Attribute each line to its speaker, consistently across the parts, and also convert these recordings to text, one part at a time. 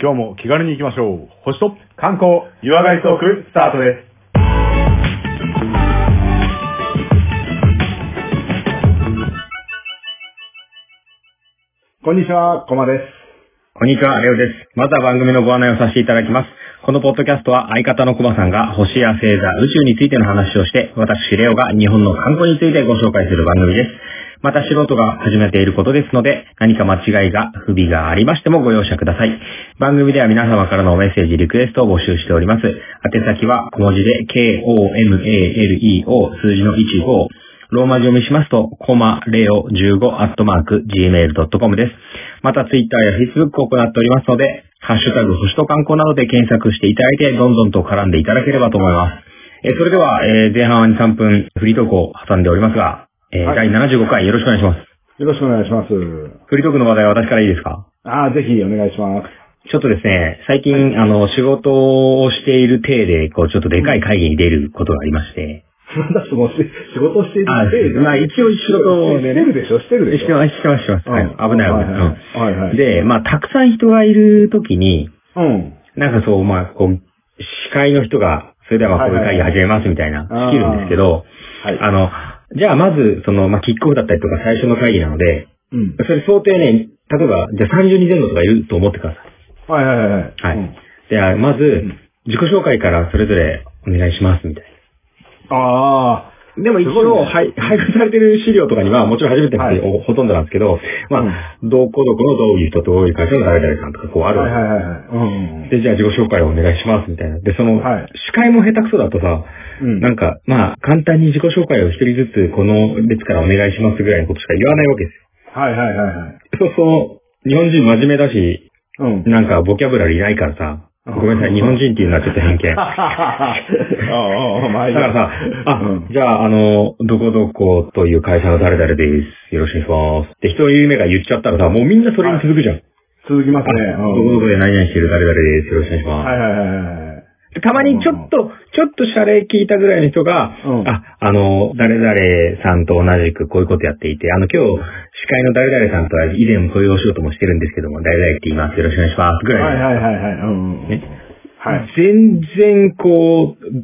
Speaker 1: 今日も気軽に行きましょう。星と
Speaker 2: 観光、湯上がりトーク、スタートです。
Speaker 1: こんにちは、コマです。
Speaker 2: こんにちは、レオです。まずは番組のご案内をさせていただきます。このポッドキャストは相方のコバさんが星や星座、宇宙についての話をして、私、レオが日本の観光についてご紹介する番組です。また素人が始めていることですので、何か間違いが、不備がありましてもご容赦ください。番組では皆様からのメッセージ、リクエストを募集しております。宛先は小文字で、k-o-m-a-l-e-o 数字の15、ローマ字読みしますと、コマレオ15アットマーク gmail.com です。またツイッターやフェイスブックを行っておりますので、ハッシュタグ星と観光などで検索していただいて、どんどんと絡んでいただければと思います。えーそれでは、えー前半に3分フリートークを挟んでおりますが、えー
Speaker 1: はい
Speaker 2: 第75回よろしくお願いします。
Speaker 1: よろしくお願いします。
Speaker 2: フリートークの話題は私からいいですか
Speaker 1: ああ、ぜひお願いします。
Speaker 2: ちょっとですね、最近、あの、仕事をしている体で、こう、ちょっとでかい会議に出ることがありまして。
Speaker 1: 私もし仕事してい
Speaker 2: あ
Speaker 1: る、
Speaker 2: まあ一応仕事を
Speaker 1: して
Speaker 2: ね、
Speaker 1: るでしょ、してるでしょ。
Speaker 2: してます、してます、してます。はい、危ない、危ない。うん
Speaker 1: はいはい。はいはい、
Speaker 2: で、まあ、たくさん人がいるときに、
Speaker 1: うん。
Speaker 2: なんかそう、まあ、こう、司会の人が、それではまあ、こういう会議始めますみたいな、
Speaker 1: はいはい
Speaker 2: 仕切るんですけど、
Speaker 1: はい。
Speaker 2: あの、じゃあまず、その、まあ、キックオフだったりとか最初の会議なので、
Speaker 1: うん。
Speaker 2: それ想定ね、例えば、じゃあ30人前後とかいると思ってくだ
Speaker 1: は
Speaker 2: さい。
Speaker 1: いはいはいはい。
Speaker 2: はい
Speaker 1: うん
Speaker 2: じゃあ、まず、自己紹介からそれぞれお願いしますみたい
Speaker 1: あ
Speaker 2: な。でも一
Speaker 1: すご
Speaker 2: 応、
Speaker 1: いね
Speaker 2: はい配布されてる資料とかには、もちろん初めての人
Speaker 1: は
Speaker 2: ほとんどなんですけど、まあ、どこどこのどういう人とどういう会社の誰々さんとか、こうあ
Speaker 1: あ。
Speaker 2: るわ
Speaker 1: はい
Speaker 2: けです
Speaker 1: はいはいはい。うん。
Speaker 2: で、じゃあ自己紹介をお願いします、みたいな。で、その、
Speaker 1: はい
Speaker 2: 司会も下手くそだとさ、
Speaker 1: うん
Speaker 2: なんか、まあ、簡単に自己紹介を一人ずつ、この列からお願いしますぐらいのことしか言わないわけです
Speaker 1: はいはいはいはい。
Speaker 2: よ。そうそう、日本人真面目だし、
Speaker 1: うん。
Speaker 2: なんかボキャブラリーないからさ、ごめんなさい、日本人っていうのはちょっと偏 見。
Speaker 1: はははは。ああ、まあい
Speaker 2: だ
Speaker 1: い
Speaker 2: か
Speaker 1: や
Speaker 2: らさ、あ、
Speaker 1: うん
Speaker 2: じゃあ、あの、どこどこという会社の誰々です。よろしくお願いします。って一人目が言っちゃったらさ、もうみんなそれに続くじゃん。
Speaker 1: 続きますね。う
Speaker 2: どこ
Speaker 1: ん
Speaker 2: どこで何々してる誰々です。よろしくお願いします。
Speaker 1: はいはいはいはいはい。
Speaker 2: たまにちょっと、ちょっと謝礼聞いたぐらいの人が、
Speaker 1: うん
Speaker 2: あ、あの、誰々さんと同じくこういうことやっていて、あの、今日、司会の誰々さんとは以前こういうお仕事もしてるんですけども、誰々って言います。よろしくお願いします。ぐらいの。
Speaker 1: はいはいはいはい。うんうんうん。はい。
Speaker 2: 全然こう、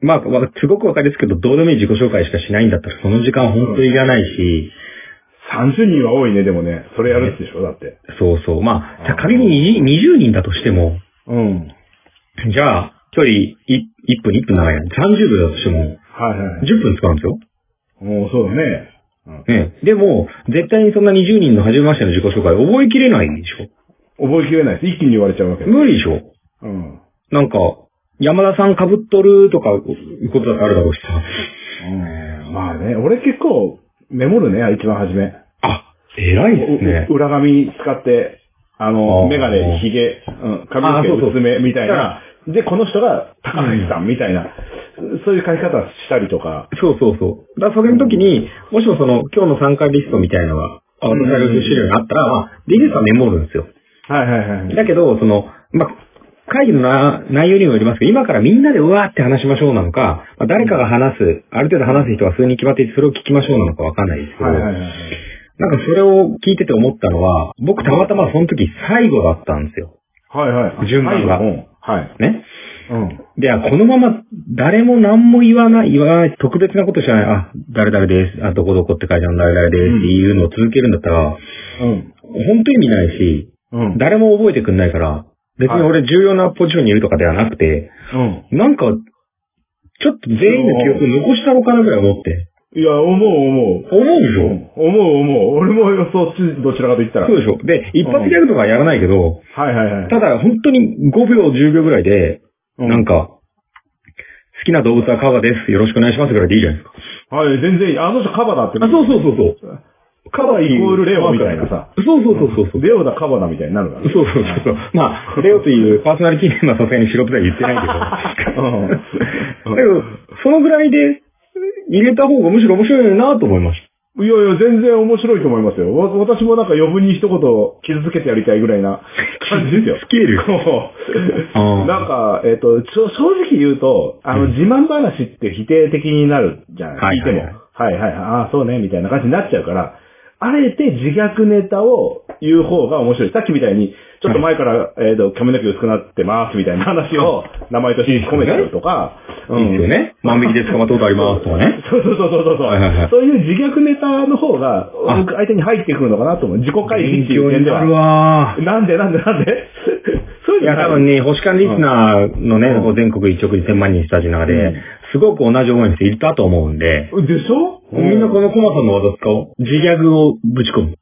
Speaker 2: まあ、わすごくわかりですけど、どうでもいい自己紹介しかしないんだったら、その時間本当にいらないし、
Speaker 1: 30人は多いね、でもね。それやるでしょ、だって。
Speaker 2: そうそう。まあ、じゃあ仮に20 20人だとしても、
Speaker 1: うん。
Speaker 2: じゃあ、距離い1分、1分長いな。30秒だとしても、
Speaker 1: はいはいはい。
Speaker 2: 10分使うんですよ。
Speaker 1: もうそうだね。
Speaker 2: ね、でも、絶対にそんな20人の初めましての自己紹介覚えきれないでしょ
Speaker 1: 覚えきれないです。一気に言われちゃうわけだ。
Speaker 2: 無理でしょ
Speaker 1: うん。
Speaker 2: なんか、山田さん被っとるとか、いうことだってあるだろうしさ。
Speaker 1: うんまあね、俺結構メモるね、一番初め。
Speaker 2: あ、偉いですね
Speaker 1: う。裏紙使って、あ
Speaker 2: あ
Speaker 1: の、
Speaker 2: ー
Speaker 1: メガネ、ヒゲ、うん、髪
Speaker 2: あーそう
Speaker 1: の
Speaker 2: そう
Speaker 1: 毛薄めみたい
Speaker 2: だか
Speaker 1: な。で、この人が高橋さんみたいな、そういう書き方したりとか。
Speaker 2: そうそうそう。だからそれの時に、もしもその、今日の参加リストみたいなのが、あ私が資料にあったら、まあ、リリースはメモるんですよ。
Speaker 1: はいはいはい。
Speaker 2: だけど、その、まあ、会議のな内容にもよりますけど、今からみんなでうわーって話しましょうなのか、まあ、誰かが話す、ある程度話す人は数人決まっていて、それを聞きましょうなのかわかんないですけ
Speaker 1: は
Speaker 2: ど、
Speaker 1: いはいはい。
Speaker 2: なんかそれを聞いてて思ったのは、僕たまたまその時最後だったんですよ。
Speaker 1: はいはい。
Speaker 2: 順番が
Speaker 1: うん。はい。
Speaker 2: ね。
Speaker 1: うん。
Speaker 2: で、あこのまま誰も何も言わない、言わない、特別なことしない、あ、誰々です、あ、どこどこって会社の誰々ですっていうのを続けるんだったら、
Speaker 1: うん。
Speaker 2: 本当に意味ないし、
Speaker 1: うん。
Speaker 2: 誰も覚えてくんないから、別に俺重要なポジションにいるとかではなくて、
Speaker 1: うん。
Speaker 2: なんか、ちょっと全員の記憶残したのかなぐらい思って。
Speaker 1: いや、思う思う。
Speaker 2: 思うでし
Speaker 1: う
Speaker 2: ょ、
Speaker 1: ん思う思う。俺もそっち、どちらかと言ったら。
Speaker 2: そうでしょで、一発ギャグとかやらないけど、
Speaker 1: はいはいはい。
Speaker 2: ただ本当に5秒、10秒ぐらいで、
Speaker 1: う
Speaker 2: なんか、好きな動物はカバです。よろしくお願いしますぐらいでいいじゃないですか。
Speaker 1: はい、全然いい。あの人カバだって。
Speaker 2: あ、そうそうそうそう。
Speaker 1: カバイコールレオみたいなさ。
Speaker 2: そうそうそうそうそう。
Speaker 1: レオだカバだみたいになるから
Speaker 2: そうそうそうそう。まあ、レオというパーソナリティーはさすがに白くては言ってないけど。だ
Speaker 1: うん。
Speaker 2: けど、そのぐらいで入れた方がむしろ面白いなと思いまし
Speaker 1: いやいや、全然面白いと思いますよ。わ私もなんか余分に一言傷つけてやりたいぐらい な感じですよ
Speaker 2: た。。スケール。
Speaker 1: こう
Speaker 2: あ ー
Speaker 1: なんか、えっ、と、ちょ正直言うと、あの、
Speaker 2: うん
Speaker 1: 自慢話って否定的になるじゃない、
Speaker 2: はい
Speaker 1: 聞いても。はいはいはい。ああ、そうね、みたいな感じになっちゃうから、あれて自虐ネタを言う方が面白い。さっきみたいに、ちょっと前から、えっ、と、髪の毛薄くなってますみたいな話を名前として込めちゃうとか、う
Speaker 2: いいですよね。万引きで捕まったことありますとかね。
Speaker 1: そうそうそうそうそう、
Speaker 2: はいはいはい
Speaker 1: そういう自虐ネタの方が、
Speaker 2: あ
Speaker 1: 相手に入ってくるのかなと思う。自己回避っていう点
Speaker 2: に
Speaker 1: で
Speaker 2: な
Speaker 1: は
Speaker 2: る。わ
Speaker 1: なんでなんでなんでそういう
Speaker 2: い
Speaker 1: の
Speaker 2: や、
Speaker 1: ない
Speaker 2: 多分ね、星間リスナーのね、こう全国1億2000万人したちの中
Speaker 1: う
Speaker 2: で
Speaker 1: ん、
Speaker 2: すごく同じ思いの人いたと思うんで、
Speaker 1: でしょ
Speaker 2: みんなこのコマさんの技使おう。自虐をぶち込む。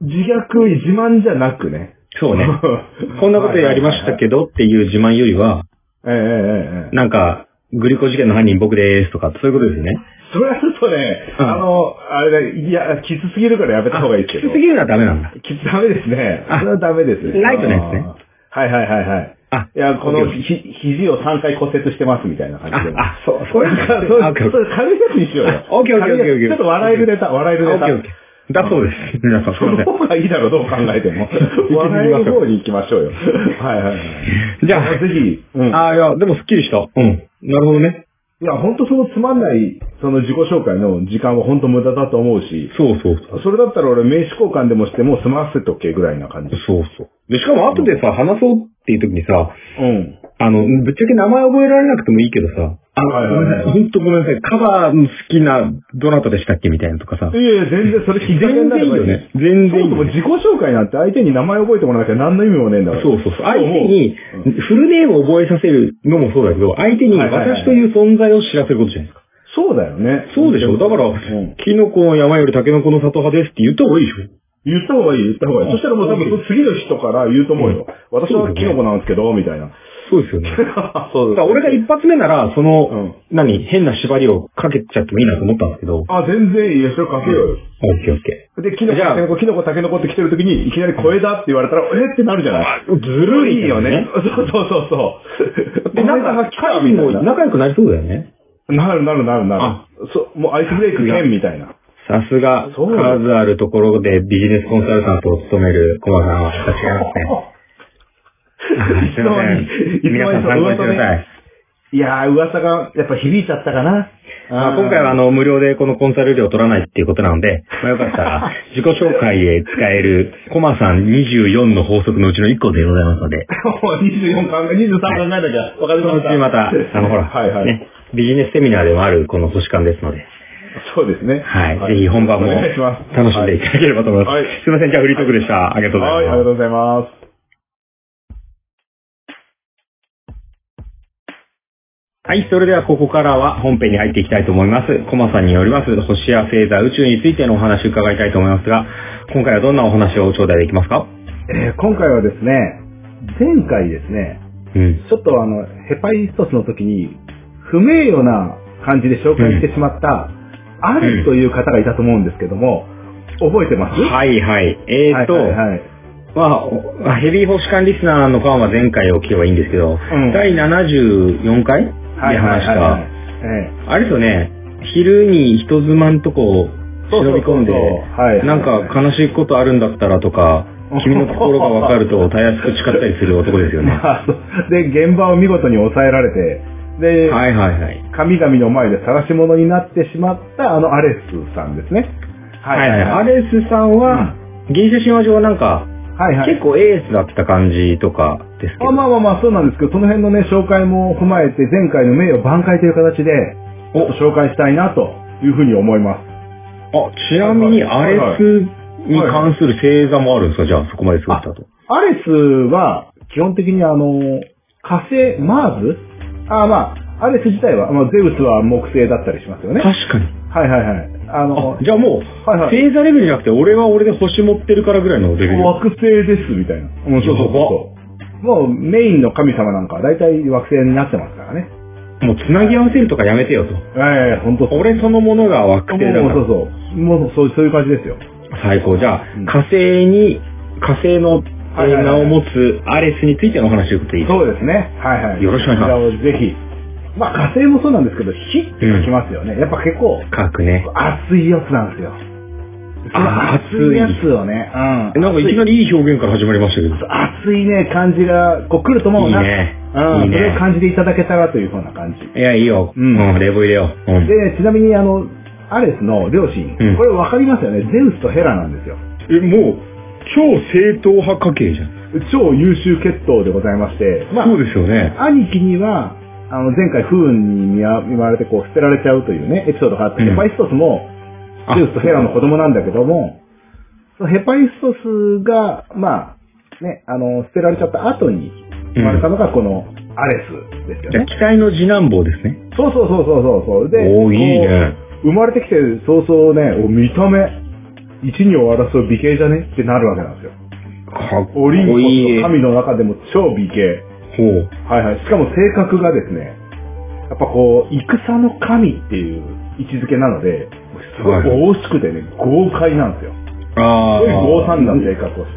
Speaker 1: 自虐、自慢じゃなくね。
Speaker 2: そうね。 こんなことやりましたけどっていう自慢よりは、
Speaker 1: ええええええ。
Speaker 2: なんか、グリコ事件の犯人僕でーすとか、そういうことですよね。
Speaker 1: それはちょっとね、
Speaker 2: うん
Speaker 1: あの、あれだ、いや、きつすぎるからやめた方がいいですけ
Speaker 2: き
Speaker 1: ど。
Speaker 2: つすぎるのはダメなんだ。
Speaker 1: きつダメですね。
Speaker 2: あ
Speaker 1: それはダメですね。
Speaker 2: ライトなやつね
Speaker 1: あー。はいはいはいはい。
Speaker 2: あ、
Speaker 1: いや、こ
Speaker 2: オ
Speaker 1: の
Speaker 2: ッケ
Speaker 1: ひ、肘を3回骨折してますみたいな感
Speaker 2: あ
Speaker 1: じで。、
Speaker 2: あ、そう、
Speaker 1: そ
Speaker 2: そう
Speaker 1: れ
Speaker 2: い
Speaker 1: なんか、そう
Speaker 2: うあオッケーオッケ
Speaker 1: それ軽いやつにしようよ。
Speaker 2: オッケーオッケーオッケーオッケー
Speaker 1: ちょっと笑えるネタ、笑える
Speaker 2: ー。オ
Speaker 1: ネ
Speaker 2: ッ
Speaker 1: タ
Speaker 2: ケーオッ。ケー。だそう です。皆さん、すいません
Speaker 1: そ。の方がいいだろう、どう考えても。 笑える方に行きましょうよ。はいはいはい。
Speaker 2: じゃあ
Speaker 1: ぜひ、 うん。
Speaker 2: ああ、いや、でもスッキリした。うん。なるほどね。
Speaker 1: いや、本当そのつまんない、その自己紹介の時間は本当無駄だと思うし、
Speaker 2: そうそうそう。
Speaker 1: それだったら俺名刺交換でもしてもう済ませとけぐらいな感じ。
Speaker 2: そうそう。で、しかも後でさ、話そうっていう時にさ、
Speaker 1: うん。
Speaker 2: あの、ぶっちゃけ名前覚えられなくてもいいけどさ、あの、
Speaker 1: はい
Speaker 2: ご
Speaker 1: はい
Speaker 2: めん
Speaker 1: は
Speaker 2: ないさい、ほんとごめんなさい、カバーの好きなどなたでしたっけみたいなとかさ
Speaker 1: い。やいや、全然それ聞いて
Speaker 2: 全然いいよね。。全
Speaker 1: そ
Speaker 2: 然い
Speaker 1: もそも
Speaker 2: いよね。
Speaker 1: 自己紹介なんて相手に名前覚えてもらわなきゃ何の意味もねえんだから。
Speaker 2: そうそうそう。相手に、フルネームを覚えさせるのもそうだけど、相手に
Speaker 1: はいはいはい
Speaker 2: 私という存在を知らせることじゃないですか。
Speaker 1: そうだよね。
Speaker 2: そうでしょだから
Speaker 1: ん、
Speaker 2: キノコの山よりタケノコの里派ですって言った方がいいでしょ
Speaker 1: 言った方がいい、言った方がいい。そしたらもう多分次の人から言うと思うよ。私
Speaker 2: そうだ
Speaker 1: は
Speaker 2: ね
Speaker 1: キノコなんですけど、みたいな。
Speaker 2: そうですよね。だ
Speaker 1: そう
Speaker 2: から俺が一発目なら、その、
Speaker 1: うん
Speaker 2: 何、変な縛りをかけちゃってもいいなと思ったんですけど、オッ
Speaker 1: あ、全然いいよ。それかけようよ。
Speaker 2: ケーオッケ
Speaker 1: で、キノコ、
Speaker 2: じゃ
Speaker 1: タ
Speaker 2: あ
Speaker 1: ケノコ、キノコ、タケノコって来てる時に、いきなり声だって言われたら、えってなるじゃない
Speaker 2: ー。ずるいよね。
Speaker 1: そうそうそうそう。
Speaker 2: で、なんか、会議も
Speaker 1: な。
Speaker 2: 仲良くなりそうだよね。
Speaker 1: なるなるなるな
Speaker 2: あ
Speaker 1: る。そう、もうアイスブレイク兼みたいな。
Speaker 2: さすが、数
Speaker 1: そう
Speaker 2: あるところでビジネスコンサルタントを務める駒さんは違いますね。すいません
Speaker 1: いつの間にいつの間に。
Speaker 2: 皆さん参考にしてください。
Speaker 1: いやー、噂がやっぱ響いちゃったかな。
Speaker 2: まあ今回はあの、無料でこのコンサル料を取らないっていうことな ので、まあよかったら、自己紹介へ使える、コマさん24の法則のうちの1個でございますので、
Speaker 1: も う24考え、23考えなき ゃ、わかり
Speaker 2: そ
Speaker 1: ま
Speaker 2: のう
Speaker 1: し
Speaker 2: ちまた、あの、ほ ら、
Speaker 1: はいはい。
Speaker 2: ね、ビジネスセミナーでもあるこの星間ですので、
Speaker 1: そうですね。
Speaker 2: はい、ぜひ本番も
Speaker 1: お願いしま
Speaker 2: 楽しんでいただければと思います。
Speaker 1: はい
Speaker 2: すいません、じゃあフリートークでした。ありがと
Speaker 1: す。
Speaker 2: うござい
Speaker 1: はい、あ。
Speaker 2: ます
Speaker 1: りがとうございます。
Speaker 2: はい、それではここからは本編に入っていきたいと思います。コマさんによります星や星座、宇宙についてのお話を伺いたいと思いますが、今回はどんなお話を頂戴できますか
Speaker 1: えー今回はですね、前回ですね、
Speaker 2: うん。
Speaker 1: ちょっとあの、ヘパイストスの時に、不名誉な感じで紹介してしまった、あるという方がいたと思うんですけども、覚えてます
Speaker 2: はいはい。えーと、
Speaker 1: はいはいはい
Speaker 2: まあおあ、ヘビー星間リスナーのファンは前回を聞けばいいんですけど、
Speaker 1: ん
Speaker 2: 第74回で
Speaker 1: はいはい
Speaker 2: 話した、
Speaker 1: はいはいええ
Speaker 2: あれですよね、昼に人妻のとこ忍び込んで、
Speaker 1: そうそうそうはい
Speaker 2: なんか悲しいことあるんだったらと か、君の心がわかるとたやすく誓ったりする男ですよね。
Speaker 1: まあそうで、現場を見事に抑えられて、で、
Speaker 2: はいはいはい。
Speaker 1: 神々の前で晒し者になってしまったあのアレスさんですね。
Speaker 2: はいはい。ア
Speaker 1: アレ
Speaker 2: レスさんは、ギリシャ神話上はなんか、
Speaker 1: はいはい。
Speaker 2: 結構エースだった感じとかですけ
Speaker 1: まあ
Speaker 2: ど。
Speaker 1: まあまあまあ、そうなんですけど、その辺のね、紹介も踏まえて、前回の名誉挽回という形で、
Speaker 2: お
Speaker 1: 紹介したいな、というふうに思います。
Speaker 2: あ、ちなみにアレスに関する星座もあるんですかじゃあそこまですごいだと。
Speaker 1: アレスは、基本的にあの、火星、マーズああまあ、アレス自体は、まあ、ゼウスは木星だったりしますよね。
Speaker 2: 確かに。
Speaker 1: はいはいはい。あの
Speaker 2: あ、、じゃあもう、
Speaker 1: はいはい
Speaker 2: 星座レベルじゃなくて、俺は俺で星持ってるからぐらいのレベル。
Speaker 1: 惑星です、みたいな。うん、そうそうそう。もう、メインの神様なんかは大体惑星になってますからね。
Speaker 2: もう繋ぎ合わせるとかやめてよと。
Speaker 1: ええ、本当
Speaker 2: 俺そのものが惑星だ
Speaker 1: もう
Speaker 2: か
Speaker 1: そうそう。もうそう、そういう感じですよ。
Speaker 2: ら。最高。じゃあ
Speaker 1: うん、
Speaker 2: 火星に、火星の
Speaker 1: はいはいはい
Speaker 2: 名を持つアレスについてのお話を聞くといいですか
Speaker 1: そうですね。はいはい。
Speaker 2: よろしくお願いします
Speaker 1: ます。ぜひ。まあ、火星もそうなんですけど、火って書きますよね。やっぱ結構、
Speaker 2: 書くね。
Speaker 1: 熱いやつなんですよ。そ
Speaker 2: あー
Speaker 1: の熱いやつをね、うん。
Speaker 2: なんかいきなりいい表現から始まりましたけど。
Speaker 1: 熱いね、感じが、こう来ると思う
Speaker 2: いい
Speaker 1: な。
Speaker 2: ね。
Speaker 1: うん。
Speaker 2: いい
Speaker 1: それを
Speaker 2: ね。
Speaker 1: 感じていただけたらというふうな感じ。
Speaker 2: いや、いいよ。
Speaker 1: う
Speaker 2: うんん、冷房入れよう。うん。
Speaker 1: で、ちなみにあの、アレスの両親、
Speaker 2: うん
Speaker 1: これ分かりますよね。ゼウスとヘラなんですよ。
Speaker 2: え、もう、超正統派家系じゃん。
Speaker 1: 超優秀血統でございまして、まあ
Speaker 2: そうですよね。
Speaker 1: 兄貴には、あの、前回不運に見わ見舞われてこう捨てられちゃうというね、エピソードがあって、
Speaker 2: うん
Speaker 1: ヘパイストスも、
Speaker 2: あ
Speaker 1: ゼウスとヘラの子供なんだけども、そのヘパイストスが、まあ、ね、あの、捨てられちゃった後に生まれたのがこのアレスですよ
Speaker 2: じゃあ、
Speaker 1: ね。
Speaker 2: 機体の次男坊ですね。
Speaker 1: そうそうそうそうそうそう。で、
Speaker 2: おーいい
Speaker 1: こ
Speaker 2: ね。
Speaker 1: う生まれてきて早々ね、お見た目、一二を争う美形じゃねってなるわけなんですよ。
Speaker 2: かっ
Speaker 1: オ
Speaker 2: こ
Speaker 1: リンポ
Speaker 2: い
Speaker 1: ス
Speaker 2: い。
Speaker 1: の神の中でも超美形。
Speaker 2: ほう。
Speaker 1: はいはい。しかも性格がですね、やっぱこう、戦の神っていう位置づけなので、すごい大しくてね、豪快なんですよ。す
Speaker 2: あ
Speaker 1: ごい豪
Speaker 2: あ。
Speaker 1: 産な性格をし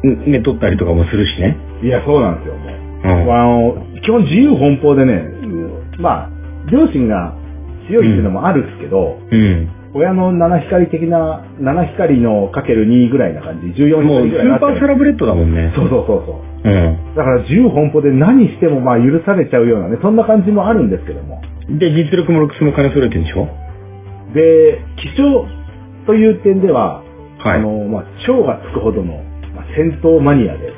Speaker 1: てる。
Speaker 2: ね、取ったりとかもするしね。
Speaker 1: いや、そうなんですよ、もう。
Speaker 2: うん。
Speaker 1: あの、基本自由奔放でね、まあ、両親が強いっていうのもあるんですけど、
Speaker 2: うん。
Speaker 1: 親の七光的な、七光のかける2ぐらいな感じ、14
Speaker 2: もう、
Speaker 1: 光
Speaker 2: ス
Speaker 1: ぐらいにな
Speaker 2: ー
Speaker 1: って
Speaker 2: パーサ
Speaker 1: る。
Speaker 2: ラブレッドだもんね。
Speaker 1: そうそうそうそう。
Speaker 2: う
Speaker 1: だから自由奔放で何してもまあ許されちゃうようなね、そんな感じもあるんですけども。
Speaker 2: ん。で、実力もルックスも兼ね揃えてるんでしょ
Speaker 1: で、気象という点では、
Speaker 2: は
Speaker 1: あの、まあ、超がつくほどの、まあ、戦闘マニアで、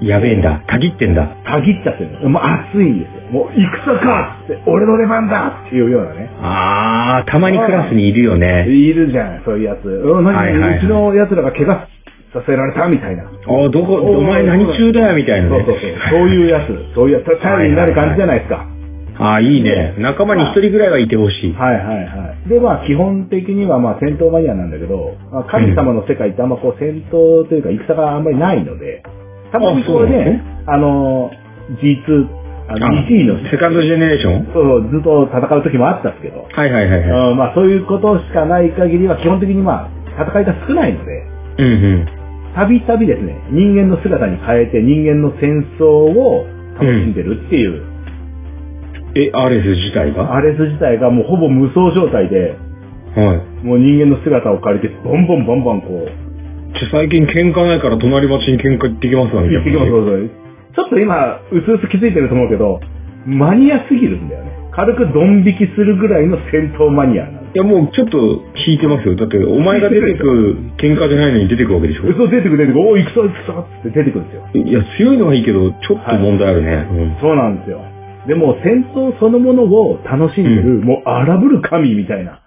Speaker 2: い。やべえんだ。たぎってんだ。
Speaker 1: たぎっちゃってるんです。もう熱いんですよ。もう、戦かって、俺の出番だっていうようなね。
Speaker 2: ああ、たまにクラスにいるよね。
Speaker 1: いるじゃない、そういうやつ。うん、何、
Speaker 2: はいはいはいう
Speaker 1: ちの奴らが怪我させられたみたいな。
Speaker 2: ああ、どこ、お前何中だよ、みたい
Speaker 1: そう
Speaker 2: な
Speaker 1: そうそう。
Speaker 2: ね。
Speaker 1: そういうやつ。そういうやつ。頼りになる感じじゃないですか。
Speaker 2: ああ、いいね。仲間に一人ぐらいはいてほしい。
Speaker 1: はいはいはい。で、まあ基本的にはまあ戦闘マニアなんだけど、まあ、神様の世界ってあんまこう戦闘というか戦があんまりないので、たまにこう
Speaker 2: あそうなんです
Speaker 1: ね
Speaker 2: ね、
Speaker 1: あの、G2、あ
Speaker 2: あ
Speaker 1: の GT の、
Speaker 2: セカンドジェネレーション
Speaker 1: そうそうずっと戦う時もあったんですけど、
Speaker 2: はいはいはいはい。
Speaker 1: うんまあそういうことしかない限りは基本的にまあ戦いが少ないので、
Speaker 2: うんうん。
Speaker 1: たびたびですね、人間の姿に変えて人間の戦争を楽しんでるっていう、
Speaker 2: え、アレス自体がは
Speaker 1: アレス自体がもうほぼ無双状態で、
Speaker 2: い。
Speaker 1: もう人間の姿を借りて、ボンボンボンボンこう、
Speaker 2: ちょ最近喧嘩ないから隣町に喧嘩行ってきますわ、みた
Speaker 1: 言っ
Speaker 2: い
Speaker 1: てきま
Speaker 2: な
Speaker 1: す、。ちょっと今、うすうす気づいてると思うけど、マニアすぎるんだよね。軽くドン引きするぐらいの戦闘マニアなんで
Speaker 2: いやもうちょっと引いてますよ。だってお前が出てく、喧嘩じゃないのに出てくわけでしょ
Speaker 1: す。嘘出てくる出てくる、おい、戦戦って出てくるんですよ。
Speaker 2: いや、強いのはいいけど、ちょっと問題あるね。うん
Speaker 1: そうなんですよ。でもう戦闘そのものを楽しんでる、もう荒ぶる神みたいな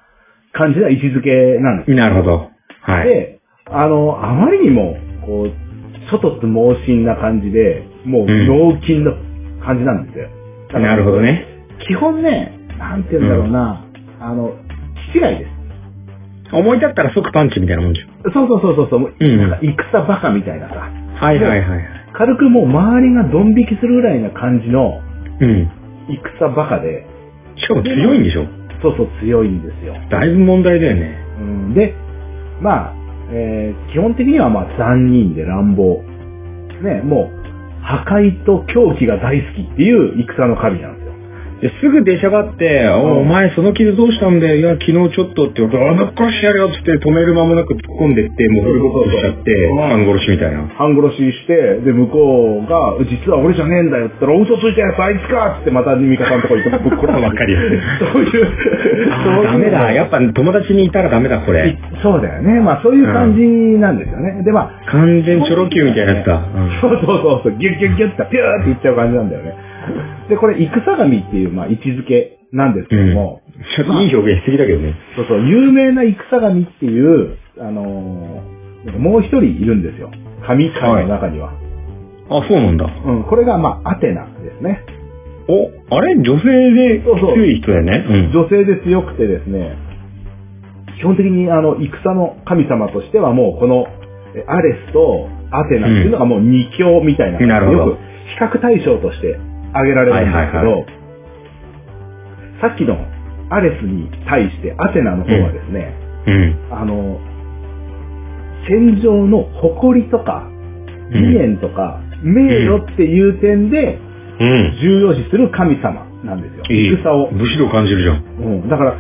Speaker 1: 感じな位置づけなんです。
Speaker 2: なるほど。はい。
Speaker 1: で、あの、あまりにも、こう、外と猛進な感じで、もう、
Speaker 2: うん
Speaker 1: 脳筋の感じなんですよ。だから
Speaker 2: なるほどね。
Speaker 1: 基本ね、なんて言うんだろうな、あの、気違いです。
Speaker 2: 思い立ったら即パンチみたいなもんじゃん。
Speaker 1: そうそうそうそうそう、もう
Speaker 2: うん
Speaker 1: なんか戦バカみたいなさ、
Speaker 2: はいはいはいはい。
Speaker 1: 軽くもう周りがドン引きするぐらいな感じの
Speaker 2: うん。
Speaker 1: 戦バカで、
Speaker 2: しかも強いんでしょ
Speaker 1: そうそう強いんですよ。
Speaker 2: だいぶ問題だよね。
Speaker 1: うん、で、まあ、えー基本的にはまあ残忍で乱暴。ね、もう、破壊と狂気が大好きっていう戦の神なんですよ。
Speaker 2: ですぐ出しゃばって、おお前その傷どうしたんだよ、いや、昨日ちょっとって言われて、あ、ぶっ殺してやるよってって止める間もなく突っ込んでって、もうフルボコしちゃって、
Speaker 1: うん
Speaker 2: 半殺しみたいな。
Speaker 1: 半殺しして、で、向こうが、実は俺じゃねえんだよって言ったら、嘘ついたやつあいつかってまた味方のとこ行って ぶっ殺す。
Speaker 2: わかりやすい。
Speaker 1: そういう、そういう
Speaker 2: ダメだ、やっぱ友達にいたらダメだ、これ。
Speaker 1: そうだよね。まあそういう感じなんですよね。で、まあ、
Speaker 2: 完全チョロ Q みたいなやつだ。
Speaker 1: そ
Speaker 2: うん
Speaker 1: うそうそうそう、ギュッギュッギュッってピューっていっちゃう感じなんだよね。で、これ、戦神っていう、まあ、位置づけなんですけども、
Speaker 2: ちょっといい表現しすぎだけどね。
Speaker 1: そうそう、有名な戦神っていう、あのーもう一人いるんですよ。神界の中には。
Speaker 2: あ、そうなんだ。
Speaker 1: うん、これが、まあ、アテナですね。
Speaker 2: お、あれ女性で
Speaker 1: そうそう
Speaker 2: 強い人だよね。うん。
Speaker 1: 女性で強くてですね、基本的に、あの、戦の神様としてはもう、この、えアレスとアテナっていうのがもう二強みたいな、
Speaker 2: うんなるほど
Speaker 1: よく比較対象として挙げられるんですけど、
Speaker 2: はいはい
Speaker 1: さっきのアレスに対してアテナの方はですね、
Speaker 2: うん。
Speaker 1: あの、戦場の誇りとか、理念とか、名誉っていう点で
Speaker 2: うん。
Speaker 1: 重要視する神様なんですよ。
Speaker 2: いい。
Speaker 1: 戦を。
Speaker 2: 武士道感じるじゃん。
Speaker 1: うん、だから、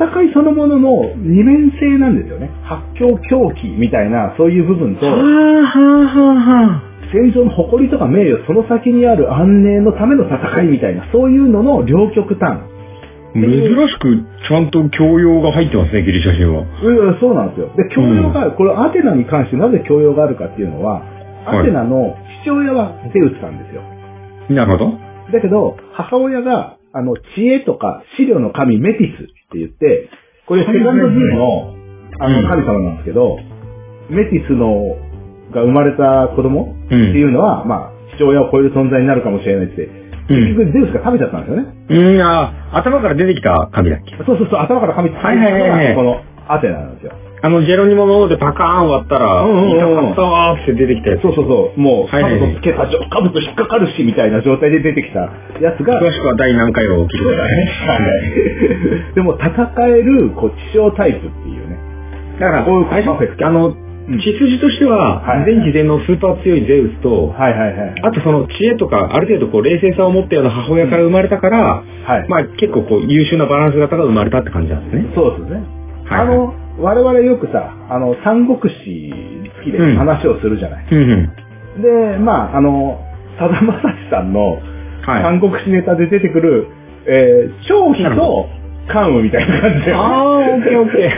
Speaker 1: 戦いそのものの二面性なんですよね。発狂狂気みたいな、そういう部分と、
Speaker 2: はは
Speaker 1: 戦場の誇りとか名誉、その先にある安寧のための戦いみたいな、そういうのの両極端。
Speaker 2: 珍しく、ちゃんと教養が入ってますね、ギリシャ神話。
Speaker 1: うん、そうなんですよ。で、教養がある。これ、アテナに関してなぜ教養があるかっていうのは、
Speaker 2: はい
Speaker 1: アテナの父親はゼウスなんですよ。
Speaker 2: なるほど。
Speaker 1: だけど、母親が、あの、知恵とか資料の神メティスって言って、これセカンド G の、あ
Speaker 2: うん
Speaker 1: の、神様なんですけど、メティスの、が生まれた子供っ
Speaker 2: う
Speaker 1: てい
Speaker 2: ん。
Speaker 1: うのは、まあ、父親を超える存在になるかもしれないって、
Speaker 2: うん
Speaker 1: 結局ゼウスが食べちゃったんですよね。
Speaker 2: うん、あー、頭から出てきた神だっけ
Speaker 1: そうそうそう、頭から神って
Speaker 2: はいはいはいはい
Speaker 1: このアテナなんですよ。
Speaker 2: あの、ジェロニモの王でパカーン割ったら、
Speaker 1: うんうんうん
Speaker 2: 痛かったわーって出てきたやつ。
Speaker 1: そうそうそう、もう、
Speaker 2: はいはいはい
Speaker 1: 兜つけた状、兜引っかかるし、みたいな状態で出てきたやつが、
Speaker 2: 詳しくは第何回を聞いてくださ い。
Speaker 1: でも戦える、こう、地上タイプっていうね。
Speaker 2: だから、
Speaker 1: こういう
Speaker 2: あれでしょ
Speaker 1: パーフェクト
Speaker 2: あの、
Speaker 1: ん
Speaker 2: 血筋としては、
Speaker 1: はい
Speaker 2: 全知全能スーパー強いゼウスと、
Speaker 1: はいはいはい。
Speaker 2: あとその知恵とか、ある程度こう冷静さを持ったような母親から生まれたから、
Speaker 1: はい。
Speaker 2: まあ結構こう優秀なバランス型が生まれたって感じなんですね。
Speaker 1: そうですね。
Speaker 2: はい
Speaker 1: あの、我々よくさ、あの、三国志好きで
Speaker 2: うん
Speaker 1: 話をするじゃない。
Speaker 2: うんうん。
Speaker 1: で、まあ、あの、さだまさしさんの
Speaker 2: はい。
Speaker 1: 三国志ネタで出てくる、えー、張飛と関羽みたいな感じで。
Speaker 2: ああ、オッケーオッケ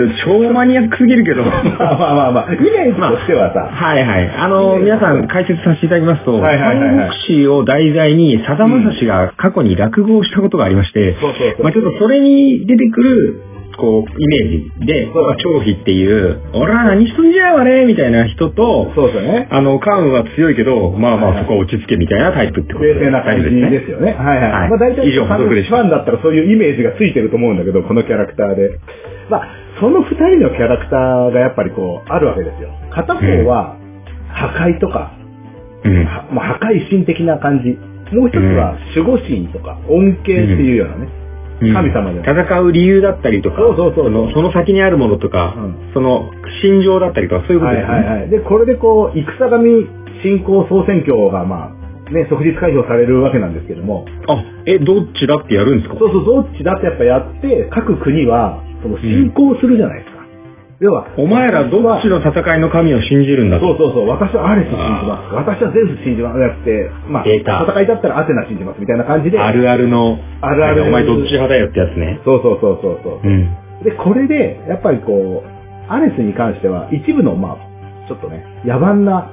Speaker 2: ー。超マニアックすぎるけど。は
Speaker 1: まあまあまあまあ、イメージとしてはさ、
Speaker 2: いはい。あの、皆さん解説させていただきますと、
Speaker 1: はいはいはいはい
Speaker 2: 三国志を題材に、さだまさしが過去に落語をしたことがありまして、
Speaker 1: そうそうそう
Speaker 2: まあちょっとそれに出てくる、こう、イメージで、
Speaker 1: そう
Speaker 2: まあ張飛っていう、俺は何しとんじゃわねみたいな人と、
Speaker 1: そうですよね。
Speaker 2: あの、関羽は強いけど、まあま
Speaker 1: はい
Speaker 2: あ
Speaker 1: はい
Speaker 2: そこは落ち着けみたいなタイプってこと
Speaker 1: 冷静な感じ
Speaker 2: ね。
Speaker 1: ですよね。はいはい。
Speaker 2: はい
Speaker 1: まあ大体、
Speaker 2: 以上補足でした
Speaker 1: ファンだったらそういうイメージがついてると思うんだけど、このキャラクターで。まあ、その二人のキャラクターがやっぱりこう、あるわけですよ。片方は、破壊とか、
Speaker 2: うん。
Speaker 1: はまあ、破壊神的な感じ。もう一つは、守護神とか、恩恵っていうようなね。
Speaker 2: うん
Speaker 1: 神様で
Speaker 2: 戦う理由だったりとか、
Speaker 1: そうそうそう
Speaker 2: そのその先にあるものとか、
Speaker 1: うん
Speaker 2: その心情だったりとか、そういうこと
Speaker 1: は
Speaker 2: で
Speaker 1: い
Speaker 2: すね。
Speaker 1: はいはい。で、これでこう、戦神信仰総選挙が、まあ、ね、即日開票されるわけなんですけども、
Speaker 2: あ、え、どっちだってやるんですか
Speaker 1: そうそう、どっちだってやっぱやって、各国は、その、信仰するじゃないですか。要は、
Speaker 2: お前らどっちの戦いの神を信じるんだ
Speaker 1: そ
Speaker 2: と。
Speaker 1: うそうそう、私はアレス信じます。私はゼウス信じます。なくて、まあ、
Speaker 2: 出た
Speaker 1: 戦いだったらアテナ信じますみたいな感じで。
Speaker 2: あるあるの、
Speaker 1: あるある
Speaker 2: お前どっち派だよってやつね。
Speaker 1: そうそうそうそうそう。
Speaker 2: うん。
Speaker 1: で、これで、やっぱりこう、アレスに関しては、一部の、まあ、ちょっとね、野蛮な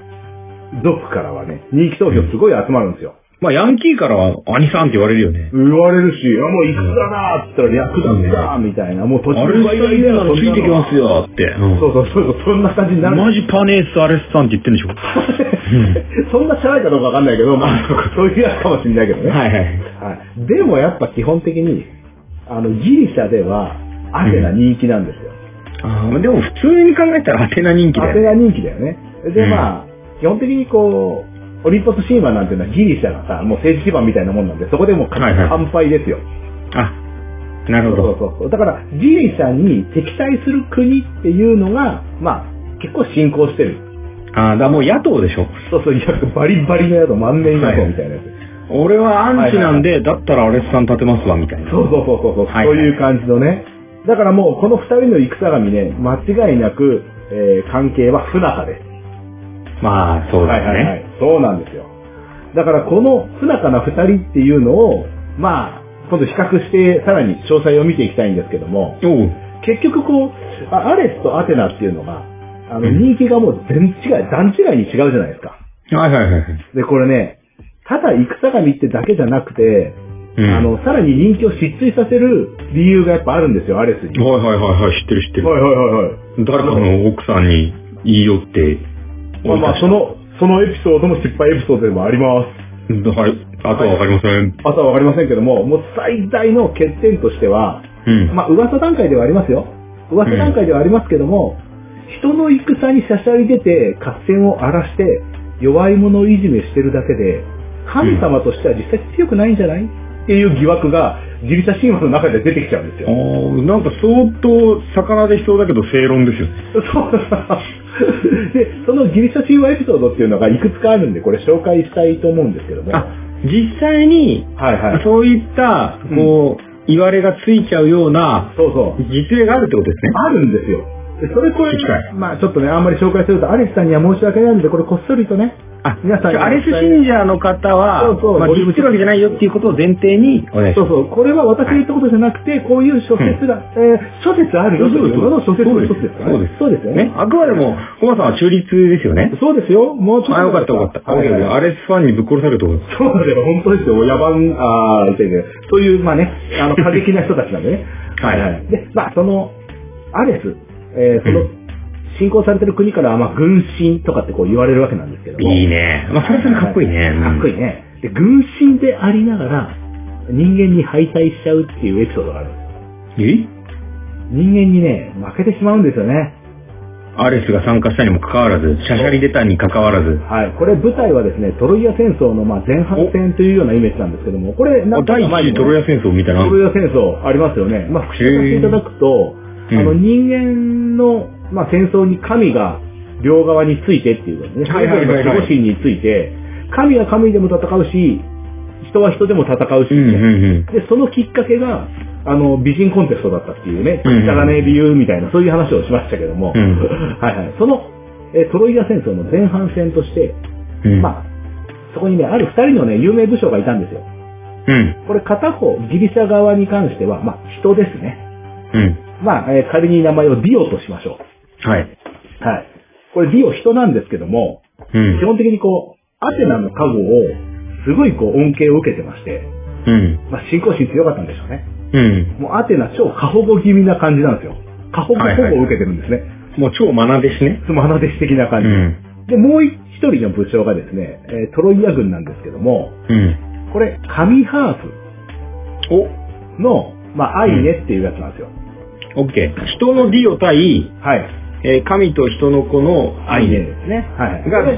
Speaker 1: 族からはね、人気投票すごい集まるんですよ。
Speaker 2: まあヤンキーからは、兄さんって言われるよね。
Speaker 1: 言われるし、あ、もういくだなーって言ったら、略だなーみたいな、もう途
Speaker 2: アレ
Speaker 1: 中
Speaker 2: スさんいるならついてきます
Speaker 1: よ。
Speaker 2: よって。うん
Speaker 1: そうそうそう、そんな感じになる。
Speaker 2: マジパネースアレスさんって言って んでしょ
Speaker 1: そんなチャラいかどうかわかんないけど、まあ、そういうやつかもしれないけどね。
Speaker 2: はいはい。
Speaker 1: はい。でもやっぱ基本的に、あの、ギリシャでは、アテナ人気なんですよ。
Speaker 2: あーでも普通に考えたらアテナ人気だ
Speaker 1: アテ
Speaker 2: よ。
Speaker 1: ナ人気だよね。で、
Speaker 2: うん
Speaker 1: まあ、基本的にこう、オリンポス神話なんていうのはギリシャがさ、もう政治基盤みたいなもんなんで、そこでもう
Speaker 2: はいはい
Speaker 1: 完敗ですよ。
Speaker 2: あ、なる
Speaker 1: そう
Speaker 2: ほ
Speaker 1: そ
Speaker 2: ど。
Speaker 1: うそうそう。だから、ギリシャに敵対する国っていうのが、まあ、結構進行してる。
Speaker 2: あーだからもう野党でしょ。
Speaker 1: そうそう、いやバリバリのやつ、万年野
Speaker 2: はいはい
Speaker 1: 党みたいなやつ。
Speaker 2: 俺はアンチなんで、だったらアレスさん立てますわ、みたいな。
Speaker 1: そうそうそうそうそう、
Speaker 2: はいはい
Speaker 1: そういう感じのね。だからもう、この二人の戦神ね、間違いなく、えー関係は不仲です。
Speaker 2: まあ、そうで
Speaker 1: は
Speaker 2: すね。
Speaker 1: いはいはい。そうなんですよ。だからこの不仲な二人っていうのを、まあ、今度比較して、さらに詳細を見ていきたいんですけども、
Speaker 2: おう
Speaker 1: 結局こう、あアレスとアテナっていうのが、あの、
Speaker 2: うん
Speaker 1: 人気がもう全違い、段違いに違うじゃないですか。
Speaker 2: はいはいはい。
Speaker 1: で、これね、ただ戦神ってだけじゃなくて、
Speaker 2: うん
Speaker 1: あの、さらに人気を失墜させる理由がやっぱあるんですよ、アレスに。
Speaker 2: はいはいはいはい、知ってる知ってる。
Speaker 1: はいはいはいはい。
Speaker 2: 誰かの奥さんに言い寄って、
Speaker 1: まあまあ、その、そのエピソードも失敗エピソードでもあります。
Speaker 2: はい、あとはわかりません。
Speaker 1: あとはわかりませんけども、もう最大の欠点としては、
Speaker 2: うん。
Speaker 1: まあ噂段階ではありますよ。噂段階ではありますけども、人の戦にしゃしゃり出て、合戦を荒らして、弱い者いじめしてるだけで、神様としては実際強くないんじゃないっていう疑惑が、ギリシャ神話の中で出てきちゃうんです
Speaker 2: あ
Speaker 1: よ。
Speaker 2: ーなんか相当魚でしそうだけど正論ですよね。
Speaker 1: そう。 で、そのギリシャ神話エピソードっていうのがいくつかあるんで、これ紹介したいと思うんですけども。
Speaker 2: あ
Speaker 1: は、
Speaker 2: 実際に、
Speaker 1: いはい。
Speaker 2: そういった、こう、言われがついちゃうような
Speaker 1: そうそう。
Speaker 2: 実例があるってことですね。
Speaker 1: あるんですよ。でそれこれ
Speaker 2: 聞きたい、
Speaker 1: まあちょっとね、あんまり紹介すると、アレスさんには申し訳ないので、これこっそりとね、
Speaker 2: あ、
Speaker 1: 皆さんに
Speaker 2: アレス信者の方は、
Speaker 1: そうそう
Speaker 2: まあ、
Speaker 1: ご自
Speaker 2: 言
Speaker 1: 分
Speaker 2: ってるわけじゃないよっていうことを前提にお願いし
Speaker 1: そ
Speaker 2: ま
Speaker 1: うそう、これは私が言ったことじゃなくて、こういう諸説が、えー諸説あるよというものの諸説の一つですから
Speaker 2: そうです
Speaker 1: そうですよ
Speaker 2: す。ね
Speaker 1: ね。。
Speaker 2: あくまでも、コバさんは中立ですよね。
Speaker 1: そうですよ。もうちょっと。
Speaker 2: あ、よかったよかった。
Speaker 1: はいはい
Speaker 2: アレスファンにぶっ殺されると思います。。
Speaker 1: そうだよ、本当ですよ。野蛮、あー、でね、そういう、まあね、あの、過激な人たちなんでね
Speaker 2: はいはい
Speaker 1: で、まあ、その、アレス、えーその、侵攻されてる国からは、まあ、軍神とかってこう言われるわけなんですけども。
Speaker 2: いいね。まあ、それそれかっこいいね。
Speaker 1: かっこい
Speaker 2: い。
Speaker 1: いね。で、軍神でありながら、人間に敗退しちゃうっていうエピソードがあるんです。
Speaker 2: え
Speaker 1: 人間にね、負けてしまうんですよね。
Speaker 2: アレスが参加したにもかかわらず、シャシャリ出たにかかわらず、
Speaker 1: はい。これ舞台はですね、トロイア戦争のまあ前半戦というようなイメージなんですけども、これ、
Speaker 2: あ
Speaker 1: なん
Speaker 2: 第一次トロイア戦争みたいな。
Speaker 1: トロイア戦争ありますよね。まあ、復習させていただくと、あ
Speaker 2: うん
Speaker 1: の、人間の、まあ、戦争に神が両側についてっていうことですね。
Speaker 2: はいはいはいは
Speaker 1: そ
Speaker 2: い
Speaker 1: れぞれの守護神について、神は神でも戦うし、人は人でも戦うし、
Speaker 2: うんうんうん。
Speaker 1: で、そのきっかけが、あの、美人コンテストだったっていうね、
Speaker 2: うんうん
Speaker 1: くだらねえ理由みたいな、そういう話をしましたけども、
Speaker 2: うん
Speaker 1: はいはい。その、えートロイア戦争の前半戦として、
Speaker 2: うん。
Speaker 1: まあ、そこにね、ある二人のね、有名武将がいたんですよ。
Speaker 2: うん。
Speaker 1: これ片方、ギリシャ側に関しては、まあ、人ですね。
Speaker 2: うん。
Speaker 1: まあ、えー仮に名前をディオとしましょ
Speaker 2: はい。
Speaker 1: う。はい。これディオ人なんですけども、
Speaker 2: う
Speaker 1: 基
Speaker 2: ん。
Speaker 1: 本的にこう、アテナの加護を、すごいこう、恩恵を受けてまして、
Speaker 2: うん。
Speaker 1: まあ、信仰心強かったんでしょうね。
Speaker 2: うん。
Speaker 1: もうアテナ超過保護気味な感じなんですよ。過保護
Speaker 2: はい
Speaker 1: 保
Speaker 2: はい
Speaker 1: 護を受けてるんですね。
Speaker 2: もう超学べしね。
Speaker 1: つま花弟子的な
Speaker 2: う
Speaker 1: 感じ。
Speaker 2: ん。
Speaker 1: で、もう一人の武将がですね、えートロイア軍なんですけども、
Speaker 2: うん。
Speaker 1: これ、神ハーフ
Speaker 2: お、
Speaker 1: の、まあ、アイネっていうやつなんですよ。
Speaker 2: オッケー。人のディオ対、
Speaker 1: はい。
Speaker 2: えー神と人の子の
Speaker 1: ア
Speaker 2: 愛
Speaker 1: イネ
Speaker 2: ね。
Speaker 1: ですね。はい。
Speaker 2: が、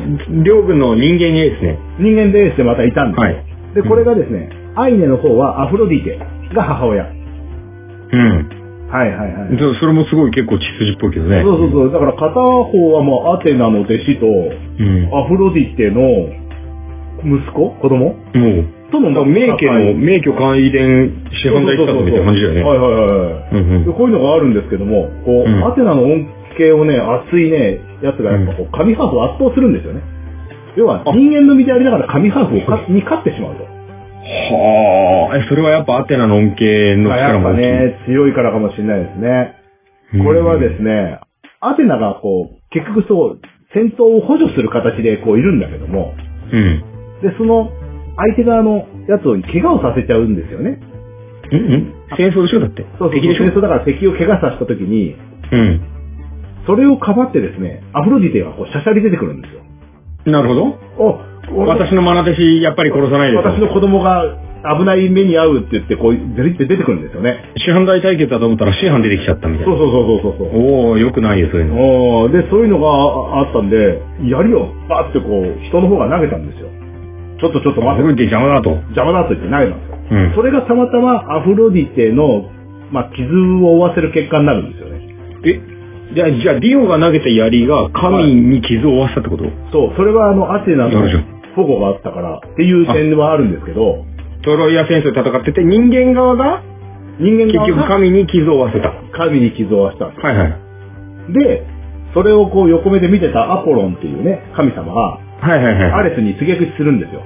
Speaker 2: 両軍の人間にですね。
Speaker 1: 人間ベースでまたいたんですよ。
Speaker 2: はい
Speaker 1: で、これがですね、アイネの方はアフロディーテが母親。はい
Speaker 2: うん。
Speaker 1: はいはい。
Speaker 2: そそれもすごい結構血筋っぽいけどね。
Speaker 1: そうそうそう。だから片方はもうアテナの弟子
Speaker 2: うん。
Speaker 1: と、アフロディーテの息子子供
Speaker 2: もう、
Speaker 1: との、
Speaker 2: 名家の、名家関遺伝師範代スタートみたいな感じだよね。
Speaker 1: はいはいはいはい。
Speaker 2: うんうん
Speaker 1: でこういうのがあるんですけども、こう、
Speaker 2: うん
Speaker 1: アテナの恩恵をね、熱いね、やつがやっぱこう、神ハーフを圧倒するんですよね。要は、
Speaker 2: あ
Speaker 1: 人間の身でありながら神ハーフをかに勝ってしまうと。
Speaker 2: はあ、えそれはやっぱアテナの恩恵の
Speaker 1: まあや
Speaker 2: 力
Speaker 1: っ
Speaker 2: も
Speaker 1: ぱ
Speaker 2: 大きい。
Speaker 1: ね、強いからかもしれないですね。これはですね、アテナがこう、結局そう、戦闘を補助する形でこういるんだけども、
Speaker 2: うん。
Speaker 1: で、その、相手側のやつを怪我をさせちゃうんですよね。
Speaker 2: うんうん戦争でしょだって。
Speaker 1: そうそう
Speaker 2: 敵でしょ
Speaker 1: 戦争だから敵を怪我させた時に、
Speaker 2: うん。
Speaker 1: それをかばってですね、アフロディテがこう、シャシャリ出てくるんですよ。
Speaker 2: なるほど。
Speaker 1: お、
Speaker 2: 私の愛弟子、やっぱり殺さないで
Speaker 1: 私
Speaker 2: と。
Speaker 1: の子供が危ない目に遭うって言って、こう、デリって出てくるんですよね。
Speaker 2: 師範代対決だと思ったら師範出てきちゃったみたい
Speaker 1: そう
Speaker 2: な。
Speaker 1: そうそうそうそう。
Speaker 2: おおよくないよ、そういうの。
Speaker 1: おーで、そういうのがああったんで、槍をバーってこう、人の方が投げたんですよ。ちょっとちょっと
Speaker 2: ア
Speaker 1: 待
Speaker 2: フ
Speaker 1: っ
Speaker 2: ロ
Speaker 1: て、
Speaker 2: ディ邪魔だと。
Speaker 1: 邪魔だと言って投げたんですよ。
Speaker 2: うん
Speaker 1: そ。れがたまたまアフロディテの、まあ、傷を負わせる結果になるんですよね。
Speaker 2: えじゃあ、じゃあ、ディオが投げた槍が神に傷を負わせたってこと
Speaker 1: そう、それはあの、アテナ
Speaker 2: な
Speaker 1: の
Speaker 2: るほ
Speaker 1: 保護があったからっていう点はあるんですけど、
Speaker 2: トロイア戦争で戦ってて、人間側が
Speaker 1: 人間
Speaker 2: 結
Speaker 1: 側
Speaker 2: 局
Speaker 1: が
Speaker 2: 神に傷を負わせた。
Speaker 1: 神に傷を負わせたんです
Speaker 2: はいはい。
Speaker 1: で、それをこう横目で見てたアポロンっていうね、神様が、
Speaker 2: はいはいはい。
Speaker 1: アレスに告げ口するんですよ。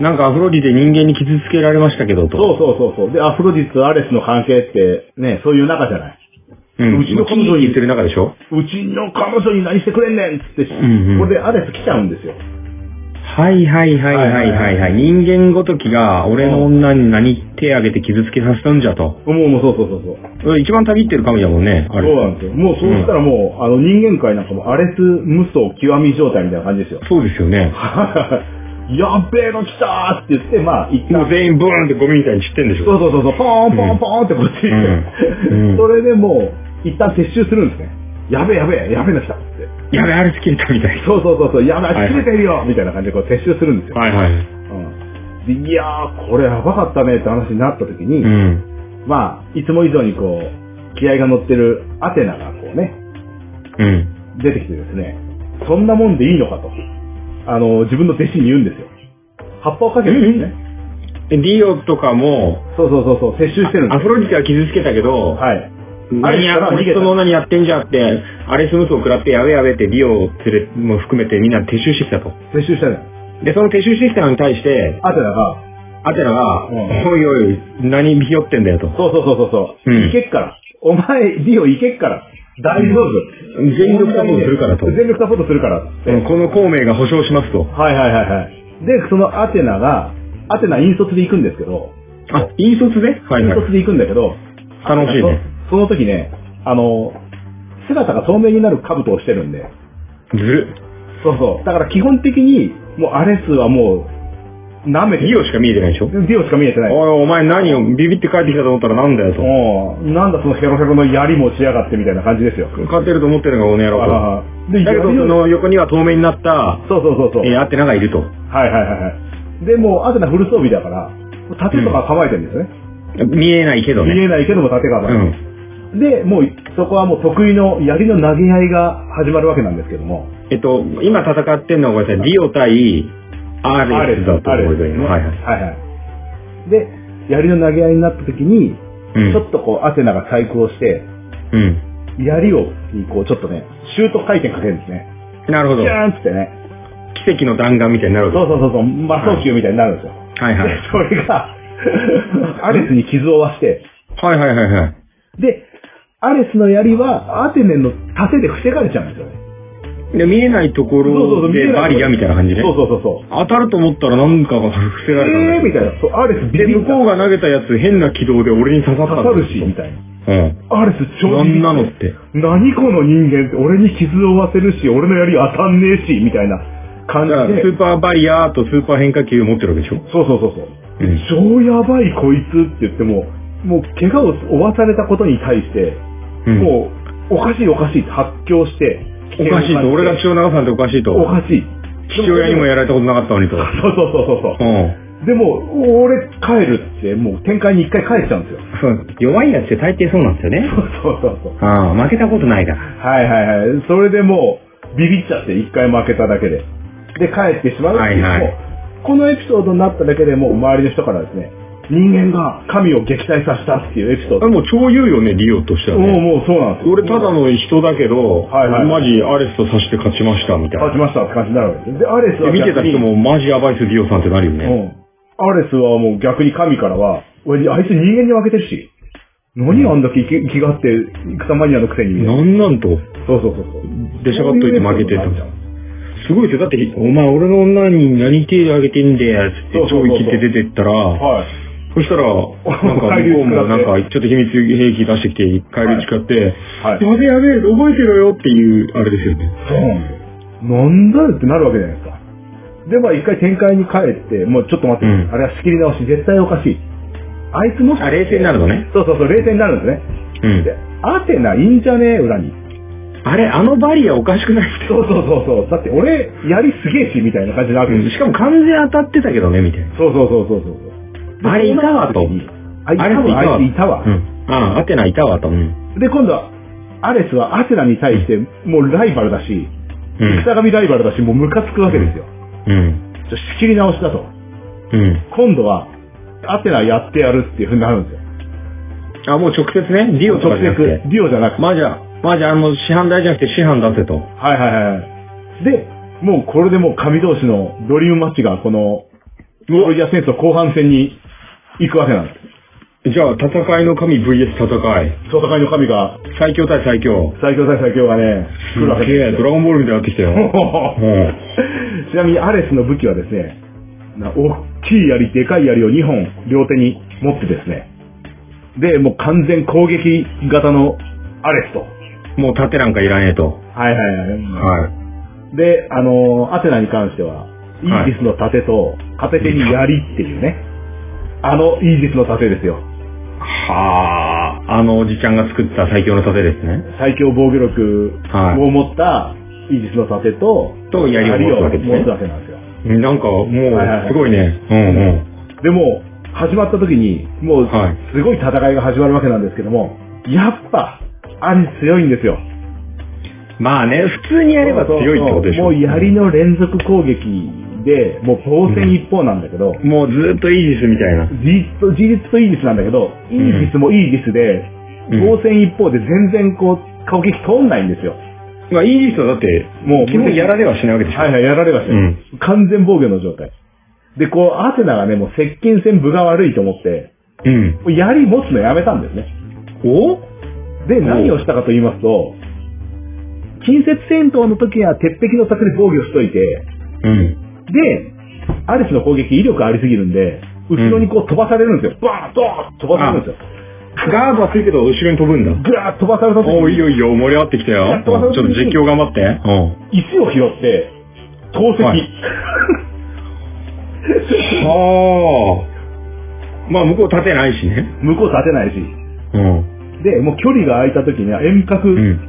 Speaker 2: なんかアフロディで人間に傷つけられましたけどと。
Speaker 1: そうそうそうそう。で、アフロディスとアレスの関係って、ね、そういう仲じゃない。
Speaker 2: う。ん。
Speaker 1: うちの
Speaker 2: キー
Speaker 1: 彼
Speaker 2: キー
Speaker 1: 女に
Speaker 2: 言ってる中でしょ
Speaker 1: うちの彼女に何してくれんねんっつって、
Speaker 2: んうん
Speaker 1: これでアレス来ちゃうんですよ。
Speaker 2: はいはいはいはいはいはい。人間ごときが俺の女に何手あげて傷つけさせたんじゃと。
Speaker 1: もうもうそうそうそうそう。
Speaker 2: 一番たぎってる神だもんね、あ
Speaker 1: そう
Speaker 2: れ。
Speaker 1: なんですよ。もうそうしたらもう、あの人間界なんかもアレス無双極み状態みたいな感じですよ。
Speaker 2: そうですよね。
Speaker 1: やっべえの来たーって言って、まあ、一旦
Speaker 2: もう全員ブーンってゴミみたいに散ってんでし
Speaker 1: そう
Speaker 2: ょ。
Speaker 1: そうそうそう、ポーンポーンポーンってこっち、
Speaker 2: うんうん
Speaker 1: それでもう、一旦撤収するんですね。やべえやべえ、やべえの来たって。
Speaker 2: やべ、あれつけれたみたい。
Speaker 1: そうそうそうそう、やべ
Speaker 2: はいはい
Speaker 1: え、切れてるよみたいな感じでこう撤収するんですよ。
Speaker 2: はいはい。
Speaker 1: うんでいやー、これやばかったねって話になった時に、
Speaker 2: うん。
Speaker 1: まあ、いつも以上にこう、気合が乗ってるアテナがこうね、
Speaker 2: うん。
Speaker 1: 出てきてですね、そんなもんでいいのかと、あの、自分の弟子に言うんですよ。葉っぱをかけてるんですね。
Speaker 2: でディオとかも、
Speaker 1: そうそうそうそう、撤収してるん
Speaker 2: ア
Speaker 1: です
Speaker 2: フロディテは傷つけたけど、
Speaker 1: はい。
Speaker 2: あれにあ、こいつの女にやってんじゃって、アレスムスを食らってやべやべってリオを連れ、も含めてみんな撤収してきたと。
Speaker 1: 撤収したね。
Speaker 2: で、その撤収してきたのに対して、
Speaker 1: アテナが、
Speaker 2: アテナが、
Speaker 1: うん
Speaker 2: おいおい、何ひよってんだよと。
Speaker 1: そうそうそうそうそう、
Speaker 2: うん
Speaker 1: 行けっから。お前、リオ行けっから。大丈夫。
Speaker 2: 全力サポートするからと。
Speaker 1: 全力サポートするから。
Speaker 2: うんこの孔明が保証しますと。
Speaker 1: はいはいはいはい。で、そのアテナが、アテナ引率で行くんですけど、
Speaker 2: あ、引率ねはい
Speaker 1: 引
Speaker 2: はい。
Speaker 1: 率で行くんだけど、
Speaker 2: 楽しいね。
Speaker 1: そその時ね、あの、姿が透明になる兜をしてるんで、
Speaker 2: ずる。
Speaker 1: そうそう。だから基本的に、もうアレスはもう、舐めて
Speaker 2: リオしか見えてないでしょ
Speaker 1: ディオしか見えてない。
Speaker 2: おい、お前何をビビって帰ってきたと思ったらなんだよと。
Speaker 1: もう、なんだそのヘロヘロの槍持ちやがってみたいな感じですよ。
Speaker 2: 勝てると思ってるのがこの野郎
Speaker 1: ああで
Speaker 2: と。だけど、そ
Speaker 1: 槍を
Speaker 2: の横には透明になった、
Speaker 1: そうそうそうそう。
Speaker 2: えーアテナがいると。
Speaker 1: はいはいはいはい。で、もう、アテナフル装備だから、盾とか構えてるんですね。
Speaker 2: 見えないけど
Speaker 1: 見
Speaker 2: ね。
Speaker 1: えないけども盾
Speaker 2: う
Speaker 1: 構えてる、で、
Speaker 2: ん。
Speaker 1: もう、そこはもう得意の槍の投げ合いが始まるわけなんですけども。
Speaker 2: えっと、今戦ってんのはごめんなさい、リオ対アーレスだと
Speaker 1: アレ
Speaker 2: 思う
Speaker 1: ス
Speaker 2: け
Speaker 1: です
Speaker 2: ど、
Speaker 1: ね。
Speaker 2: はいはい。
Speaker 1: はいはい。で、槍の投げ合いになった時に、
Speaker 2: うん
Speaker 1: ちょっとこう、アテナが対抗して、
Speaker 2: うん。
Speaker 1: 槍を、にこう、ちょっとね、シュート回転かけるんですね。
Speaker 2: なるほ
Speaker 1: ジ
Speaker 2: ど。
Speaker 1: ャーンっつってね。
Speaker 2: 奇跡の弾丸みたいになる
Speaker 1: そ
Speaker 2: わ
Speaker 1: うそうそうそう、魔装球みたいになるんですよ。
Speaker 2: け。はいはい。
Speaker 1: で、それ が、アレスに傷を負わして、
Speaker 2: はいはいはいはい。
Speaker 1: で、アレスの槍は、アテネの盾で防がれちゃうんですよね。
Speaker 2: で、見えないところでバリアみたいな感じね
Speaker 1: そ。うそうそうそう。
Speaker 2: 当たると思ったらなんかが伏せられたんだ
Speaker 1: えー
Speaker 2: け
Speaker 1: み
Speaker 2: ど
Speaker 1: たいな。そう、アレスビ
Speaker 2: で、
Speaker 1: ビ
Speaker 2: 向
Speaker 1: ッタ
Speaker 2: こうが投げたやつ変な軌道で俺に刺さった
Speaker 1: 刺
Speaker 2: ん
Speaker 1: さ
Speaker 2: だ
Speaker 1: るし、みたいな。
Speaker 2: うん。
Speaker 1: アレス超
Speaker 2: な
Speaker 1: ビビ
Speaker 2: ん
Speaker 1: った
Speaker 2: なのって。
Speaker 1: 何この人間って俺に傷を負わせるし、俺の槍当たんねえし、みたいな感
Speaker 2: だから、
Speaker 1: じで。
Speaker 2: スーパーバリアーとスーパー変化球持ってるわけでしょ
Speaker 1: そうそうそうそう。
Speaker 2: う
Speaker 1: 超
Speaker 2: ん。
Speaker 1: やばいこいつって言っても、もう怪我を負わされたことに対して、
Speaker 2: うん
Speaker 1: もう、おかしいおかしいって発狂して、
Speaker 2: おかしいと。俺が血を流さんっておかしいと。
Speaker 1: おかしい。
Speaker 2: 父親にもやられたことなかったのにと。う
Speaker 1: そうそうそうそうそう。
Speaker 2: ん。
Speaker 1: でも、俺帰るって、もう展開に一回帰っちゃうんですよ。
Speaker 2: そう弱いやつって大抵そうなんですよね。
Speaker 1: そうそうそうそう。
Speaker 2: ああ、負けたことないから。
Speaker 1: はいはいはい。それでもう、ビビっちゃって、一回負けただけで。で、帰ってしまうっていう、
Speaker 2: はいはい
Speaker 1: もうこのエピソードになっただけでもう、周りの人からですね、人間が神を撃退させたっていうエピソー
Speaker 2: あ
Speaker 1: ド。
Speaker 2: もう超言うよね、リオとしては
Speaker 1: もう
Speaker 2: ね。
Speaker 1: もうそうなんですよ。
Speaker 2: 俺ただの人だけど、
Speaker 1: はいはい
Speaker 2: マジアレスと刺して勝ちましたみたい
Speaker 1: 勝
Speaker 2: な。
Speaker 1: ちましたって感じになるわけです。で、アレス
Speaker 2: で
Speaker 1: は
Speaker 2: 見てた
Speaker 1: 逆に
Speaker 2: 人、もマジやばいっす、リオさんってなるよ
Speaker 1: うん。
Speaker 2: ね。
Speaker 1: アレスはもう逆に神からは、おいあいつ人間に負けてるし、何あんだけ生きがあって、草マニアのくせにみたいな。
Speaker 2: なんなんと、
Speaker 1: そうそうそうそう。
Speaker 2: 出しゃばっといて負けて
Speaker 1: そういうエピソードになっちゃう。
Speaker 2: たすごいですよ。だって、お前俺の女に何手あげてんだよ、つって
Speaker 1: そうそうそ
Speaker 2: 超
Speaker 1: うそう
Speaker 2: 生きて出てったら、
Speaker 1: はい。
Speaker 2: そしたら、なん か
Speaker 1: 返り
Speaker 2: 向こう
Speaker 1: 討ち食らっ
Speaker 2: も
Speaker 1: て
Speaker 2: なんか、ちょっと秘密兵器出してきて、帰り誓って、
Speaker 1: はい。
Speaker 2: やべやべ、覚えてろよっていう、あれですよね。
Speaker 1: そうなんですよ。なんだよってなるわけじゃないですか。で、まあ一回展開に帰って、もうちょっと待って、
Speaker 2: うん
Speaker 1: あれは仕切り直し、絶対おかしい。あいつもしか
Speaker 2: あ、冷静になるのね。
Speaker 1: そうそうそう、冷静になるんで
Speaker 2: う
Speaker 1: すね。で
Speaker 2: ん。、
Speaker 1: アテナいいんじゃねえ、裏に。
Speaker 2: あれ、あのバリアおかしくないって。
Speaker 1: そうそうそうそう。だって俺、やりすげえし、みたいな感じになるわけ
Speaker 2: うん
Speaker 1: です
Speaker 2: しかも完全当たってたけどね、みたいな。
Speaker 1: そうそうそうそうそう。
Speaker 2: あれいたわと
Speaker 1: で。あいた
Speaker 2: あれ
Speaker 1: わ、あいついたわ
Speaker 2: う。ん。ああ、アテナいたわと。うん。
Speaker 1: で、今度は、アレスはアテナに対して、もうライバルだし、
Speaker 2: うん。
Speaker 1: 草神ライバルだし、もうムカつくわけですよ。
Speaker 2: うん。
Speaker 1: ちょ仕切り直しだと。
Speaker 2: うん。
Speaker 1: 今度は、アテナやってやるっていう風になるんですよ。
Speaker 2: あ、もう直接ね、ディオと
Speaker 1: 直
Speaker 2: かじゃなくて
Speaker 1: 接、。デュオじゃなくて。
Speaker 2: マジャ、マジャ、あの、市販代じゃなくて市販出せと。
Speaker 1: はいはいはいはい。で、もうこれでもう神同士のドリームマッチがこの、フロリア戦争後半戦に行くわけなんです。
Speaker 2: じゃあ、戦いの神 VS 戦い。
Speaker 1: 戦いの神が、
Speaker 2: 最強対最強。
Speaker 1: 最強対最強がね、来るわけ
Speaker 2: すげえ、ドラゴンボールみたいになってきたよ。うん。
Speaker 1: ちなみにアレスの武器はですね、な大きい槍、でかい槍を2本両手に持ってですね、で、もう完全攻撃型のアレスと。
Speaker 2: もう盾なんかいらねえと。
Speaker 1: はいはいはい。
Speaker 2: は
Speaker 1: で、あのーアテナに関しては、イージスの盾と、片手に槍っていうね、あのイージスの盾ですよ。
Speaker 2: い。はあ、あのおじちゃんが作った最強の盾ですね。
Speaker 1: 最強防御力
Speaker 2: はい
Speaker 1: を持ったイージスの盾と、
Speaker 2: と槍を持つわけですね
Speaker 1: 槍を持つわけなんですよ。
Speaker 2: なんかもう
Speaker 1: はいはいはい、
Speaker 2: すごいね。うん
Speaker 1: でも、始まった時に、もう
Speaker 2: はい、
Speaker 1: すごい戦いが始まるわけなんですけども、やっぱ、アレス強いんですよ。
Speaker 2: うん。まあね、普通にやれば強いってことでしょ。
Speaker 1: もう槍の連続攻撃で、もう防戦一方なんだけど、
Speaker 2: もうずっとイージスみたいな。
Speaker 1: 事実と、事実とイージスなんだけど、イージスもイージスで、
Speaker 2: うん
Speaker 1: 防戦一方で全然こう、顔撃通んないんですよ。
Speaker 2: まあ、イージスはだって、もう基本やられはしないわけでしょ。
Speaker 1: はいはい、やられました、
Speaker 2: うん
Speaker 1: 完全防御の状態。で、こう、アテナがね、もう接近戦部が悪いと思って、
Speaker 2: うん。
Speaker 1: もう槍持つのやめたんですね。
Speaker 2: お
Speaker 1: で、何をしたかと言いますと、近接戦闘の時は鉄壁の柵で防御しといて、
Speaker 2: うん。
Speaker 1: で、アレスの攻撃威力ありすぎるんで、後ろにこう飛ばされるんですよ。バーンドーン飛ばされるんですよ。
Speaker 2: ガードはついてるけど後ろに飛ぶんだ。
Speaker 1: ぐらーっと飛ばされた時
Speaker 2: おーいい
Speaker 1: に、
Speaker 2: よいいよ、盛り上がってきた
Speaker 1: や
Speaker 2: よ。
Speaker 1: っ
Speaker 2: ち
Speaker 1: と
Speaker 2: ょっ
Speaker 1: わか
Speaker 2: と
Speaker 1: る
Speaker 2: 実況頑張って。うん。
Speaker 1: 石を拾って、投石。
Speaker 2: はいはあ。まあ、向こう立てないしね。
Speaker 1: 向こう立てないし。
Speaker 2: うん。
Speaker 1: で、もう距離が空いた時には遠
Speaker 2: う
Speaker 1: 隔
Speaker 2: ん。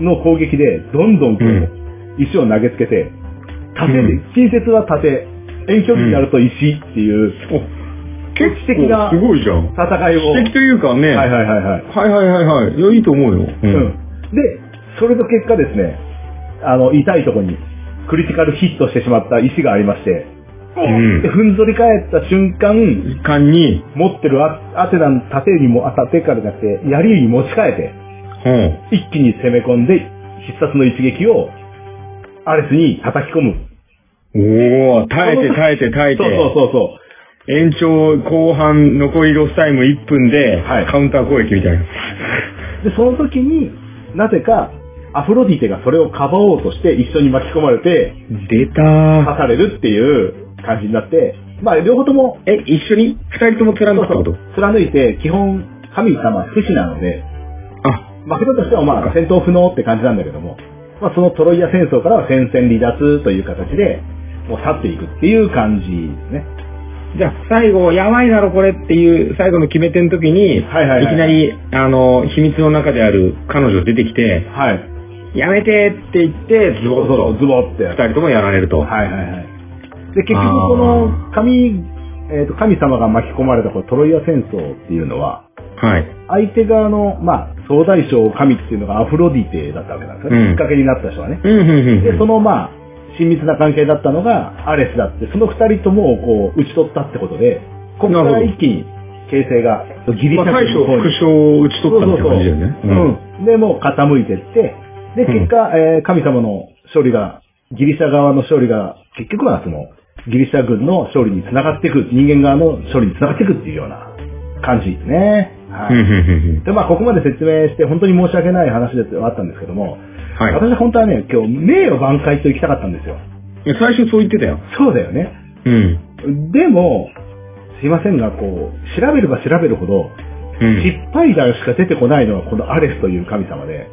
Speaker 1: の攻撃で、どんどんこう
Speaker 2: うん
Speaker 1: 石を投げつけて、縦で、
Speaker 2: うん
Speaker 1: 近接は縦、遠距離になると石っていう
Speaker 2: お結
Speaker 1: 知的な
Speaker 2: 構すごいじゃん。
Speaker 1: 戦いを。
Speaker 2: 知的というかね。
Speaker 1: はいはいはいはい。
Speaker 2: はいはいはいはい。いや、いいと思うよ。う
Speaker 1: う。ん。で、それの結果ですね、あの、痛いとこに、クリティカルヒットしてしまった石がありまして、
Speaker 2: うん
Speaker 1: で、ふんぞり返った瞬間、
Speaker 2: 時間に、
Speaker 1: 持ってるアアテナの盾にも、あ、盾からじゃなくて、槍に持ち替えて、
Speaker 2: うん。
Speaker 1: 一気に攻め込んで、必殺の一撃を、アレスに叩き込む。
Speaker 2: おお耐えて耐えて耐えて。
Speaker 1: そうそうそうそ
Speaker 2: 延長後半残りロスタイム1分で、
Speaker 1: はい
Speaker 2: カウンター攻撃みたいな。
Speaker 1: う。で、その時に、なぜか、アフロディテがそれをかばおうとして、一緒に巻き込まれて、
Speaker 2: 出た
Speaker 1: 刺
Speaker 2: ー。
Speaker 1: されるっていう感じになって、まあ、両方とも
Speaker 2: え、一緒に二人とも貫
Speaker 1: そ
Speaker 2: く
Speaker 1: うそ
Speaker 2: ってこと
Speaker 1: う。貫いて、基本、神様不死なので、
Speaker 2: あ、
Speaker 1: 負けたとしてはまあ戦闘不能って感じなんだけども、まあそのトロイア戦争からは戦線離脱という形で、もう去っていくっていう感じですね。
Speaker 2: じゃあ最後、やばいだろこれっていう最後の決め手の時に、
Speaker 1: はいはいはい
Speaker 2: いきなり、あの、秘密の中である彼女出てきて、
Speaker 1: はい。
Speaker 2: やめてって言って、ズ
Speaker 1: そ
Speaker 2: ボ
Speaker 1: う
Speaker 2: ッと
Speaker 1: そう、ズボってや
Speaker 2: 二
Speaker 1: る。
Speaker 2: 人ともやられると。
Speaker 1: はいはいはい。で、結局この神、えっ、と、神様が巻き込まれたこのトロイア戦争っていうのは、
Speaker 2: はい。
Speaker 1: 相手側の、まあ、総大将神っていうのがアフロディテだったわけなんですよね。
Speaker 2: うん
Speaker 1: きっかけになった人はね。
Speaker 2: うん、うん、うんう
Speaker 1: で、
Speaker 2: ん。
Speaker 1: そのまあ、親密な関係だったのがアレスだって、その二人ともこう、打ち取ったってことで、ここか
Speaker 2: な
Speaker 1: ら
Speaker 2: るほど
Speaker 1: 一気に形勢が、ギリシ
Speaker 2: ま
Speaker 1: ャ
Speaker 2: あ、大将、
Speaker 1: の方
Speaker 2: 副
Speaker 1: に。
Speaker 2: 将を打ち取ったみたいな感じだよ
Speaker 1: そ
Speaker 2: ね。
Speaker 1: うそうそううん。で、もう傾いてって、で、
Speaker 2: うん
Speaker 1: 結果、えー神様の勝利が、ギリシャ側の勝利が、結局はその、ギリシャ軍の勝利に繋がっていく、人間側の勝利に繋がっていくっていうような感じですね。は
Speaker 2: うん、うん、
Speaker 1: い。
Speaker 2: うん
Speaker 1: で、まあ、ここまで説明して、本当に申し訳ない話ではあったんですけども、
Speaker 2: うん。はい。
Speaker 1: 私は本当はね、今日、名誉挽回と行きたかったんですよ。
Speaker 2: いや最初そう言ってたよ。
Speaker 1: そうだよね。
Speaker 2: うん。
Speaker 1: でも、すいませんが、こう、調べれば調べるほど、
Speaker 2: うん。
Speaker 1: 失敗談しか出てこないのはこのアレスという神様で、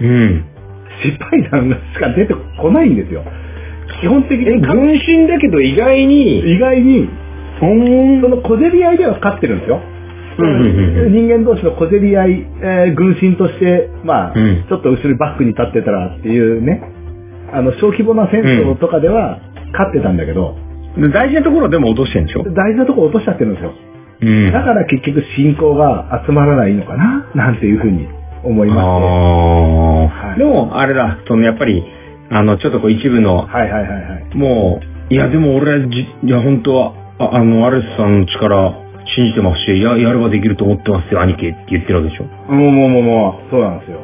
Speaker 2: うん。
Speaker 1: 失敗談しか出てこないんですよ。基本的
Speaker 2: え、
Speaker 1: に神
Speaker 2: 軍神だけど意外に、
Speaker 1: 意外に、
Speaker 2: そん
Speaker 1: その小競り合いでは勝ってるんですよ。
Speaker 2: うんうんうん
Speaker 1: 人間同士の小競り合い、えー軍神として、まあ、
Speaker 2: うん
Speaker 1: ちょっと後ろにバックに立ってたらっていうね、あの、小規模な戦争とかでは勝ってたんだけど、
Speaker 2: 大事なところでも落としてんでしょ
Speaker 1: 大事なとこ落としちゃってるんですよ。
Speaker 2: うん
Speaker 1: だから結局信仰が集まらないのかななんていうふうに思いま
Speaker 2: あ
Speaker 1: は
Speaker 2: あ。
Speaker 1: い
Speaker 2: でも、あれだ、そのやっぱり、あの、ちょっとこう一部の
Speaker 1: す。、はいはいはいはい。
Speaker 2: もう、いやでも俺、じいや本当は、ああの、アレスさんの力、信じてますし、や、やればできると思ってますよ、兄貴って言ってるわけでしょ。
Speaker 1: もうもうもうもう、そうなんですよ。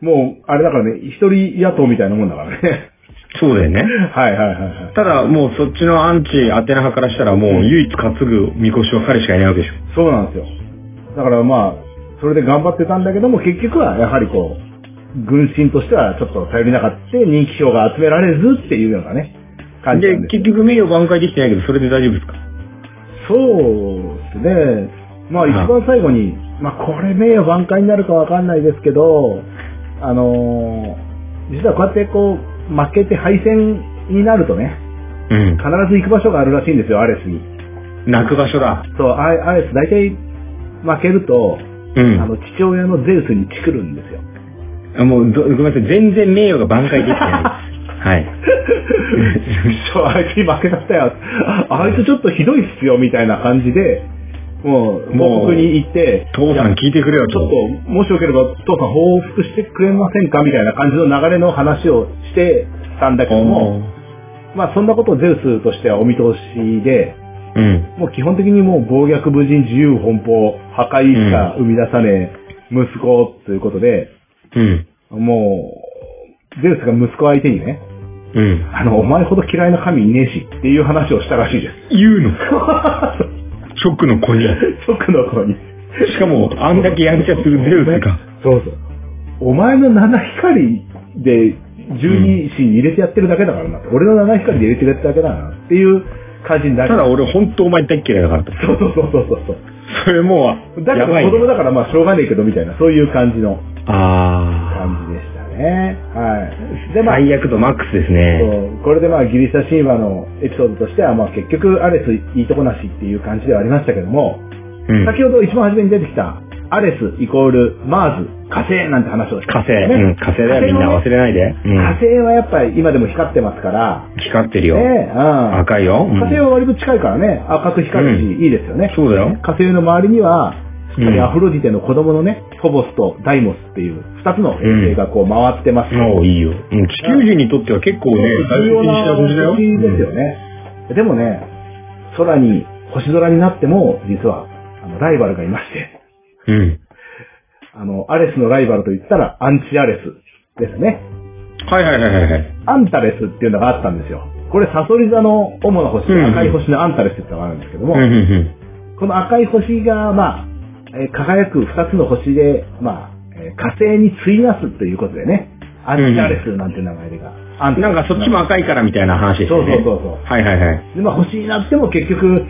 Speaker 1: もう、あれだからね、一人野党みたいなもんだからね。
Speaker 2: そうだよね。
Speaker 1: はいはいはいはい。
Speaker 2: ただ、もうそっちのアンチ、アテナ派からしたら、もう唯一担ぐ見越しは彼しかいないわけでしょ。
Speaker 1: そうなんですよ。だからまあ、それで頑張ってたんだけども、結局はやはりこう、軍神としてはちょっと頼りなかった人気票が集められずっていうようなね、感じな
Speaker 2: で
Speaker 1: ん、ですよ
Speaker 2: 結局名誉挽回できてないけど、それで大丈夫ですか
Speaker 1: そうですね。まあ
Speaker 2: うん
Speaker 1: 一番最後に、まあこれ名誉挽回になるかわかんないですけど、あのー実はこうやってこう、負けて敗戦になるとね、
Speaker 2: うん
Speaker 1: 必。ず行く場所があるらしいんですよ、アレスに。
Speaker 2: 泣く場所だ。
Speaker 1: そう、アレアレス大体負けると、
Speaker 2: う
Speaker 1: あの、父親のゼウスにチクるんですよ。
Speaker 2: ん。もうど、ごめんなさい。全然名誉が挽回できてない。 はい。
Speaker 1: ちょあいつに負けちゃったよ。あいつちょっとひどいっすよ、みたいな感じで、もう、
Speaker 2: もう
Speaker 1: 報告に行って、
Speaker 2: 父さん聞いてくれよ
Speaker 1: ち
Speaker 2: と。
Speaker 1: ょっと、もしよければ、父さん報復してくれませんかみたいな感じの流れの話をしてたんだけども、まあそんなことをゼウスとしてはお見通しで、
Speaker 2: うん。
Speaker 1: もう基本的にもう暴虐無人自由奔放、破壊しか生み出さねえ、息子ということで、
Speaker 2: うん。
Speaker 1: もう、ゼウスが息子相手にね、
Speaker 2: うん。
Speaker 1: あの、お前ほど嫌いな神いねえしっていう話をしたらしいです。
Speaker 2: 言うの。ショックの子に。
Speaker 1: 直の子に。
Speaker 2: しかも、あんだけやんちゃするゼウスが。
Speaker 1: そうそう。お前の七光で十二神入れてやってるだけだからな。俺の七光で入れてやってるだけだなっていう感じにな
Speaker 2: た
Speaker 1: る。
Speaker 2: だ俺本当お前大っ嫌いだからと。
Speaker 1: そうそうそうそうそう。
Speaker 2: それもう、
Speaker 1: だけ
Speaker 2: や
Speaker 1: ど
Speaker 2: ばい
Speaker 1: 子
Speaker 2: ね、
Speaker 1: 供だからまあしょうがねえけどみたいな、そういう感じの
Speaker 2: あ
Speaker 1: 感じでしたね。はい。で
Speaker 2: ー。
Speaker 1: まあ、
Speaker 2: 最悪度マックスですね。
Speaker 1: そうこれでまあギリシャ神話のエピソードとしてはまあ結局アレスいいとこなしっていう感じではありましたけども、
Speaker 2: うん。
Speaker 1: 先ほど一番初めに出てきた、アレスイコールマーズ、火星なんて話をし
Speaker 2: 火
Speaker 1: た
Speaker 2: 星。うん。火星だよ、みんな。忘れないで。
Speaker 1: 火
Speaker 2: う
Speaker 1: 星はやっぱり今でも光ってますから、
Speaker 2: ん。光ってる
Speaker 1: ね
Speaker 2: よ。
Speaker 1: うん
Speaker 2: 赤いよ。うん
Speaker 1: 火星は割と近いからね、赤く光るし、いいですよね。
Speaker 2: そうだよ。
Speaker 1: 火星の周りには、しっか
Speaker 2: う
Speaker 1: り
Speaker 2: ん
Speaker 1: アフロディテの子供のね、フォボスとダイモスっていう二つの衛星がこう回ってます。
Speaker 2: もういいよ。うん地球人にとっては結構ね、
Speaker 1: 重要な星ですよね。でもね、空に、星空になっても、実は、あの、ライバルがいまして、
Speaker 2: うん。
Speaker 1: あの、アレスのライバルと言ったら、アンチアレスですね。
Speaker 2: はいはいはいはいはい。
Speaker 1: アンタレスっていうのがあったんですよ。これ、サソリ座の主な星、
Speaker 2: うん
Speaker 1: 赤い星のアンタレスっていうのがあるんですけど
Speaker 2: う
Speaker 1: も、
Speaker 2: んうん
Speaker 1: この赤い星が、まあ、えー輝く二つの星で、まあ、えー火星に費やすということでね、アンチアレスなんていう名前が、アン
Speaker 2: う
Speaker 1: タレス
Speaker 2: ん。なんかそっちも赤いからみたいな話です
Speaker 1: そう
Speaker 2: よ
Speaker 1: そ
Speaker 2: ね。
Speaker 1: うそうそう。
Speaker 2: はいはいはい。
Speaker 1: で、まあ、星になっても結局、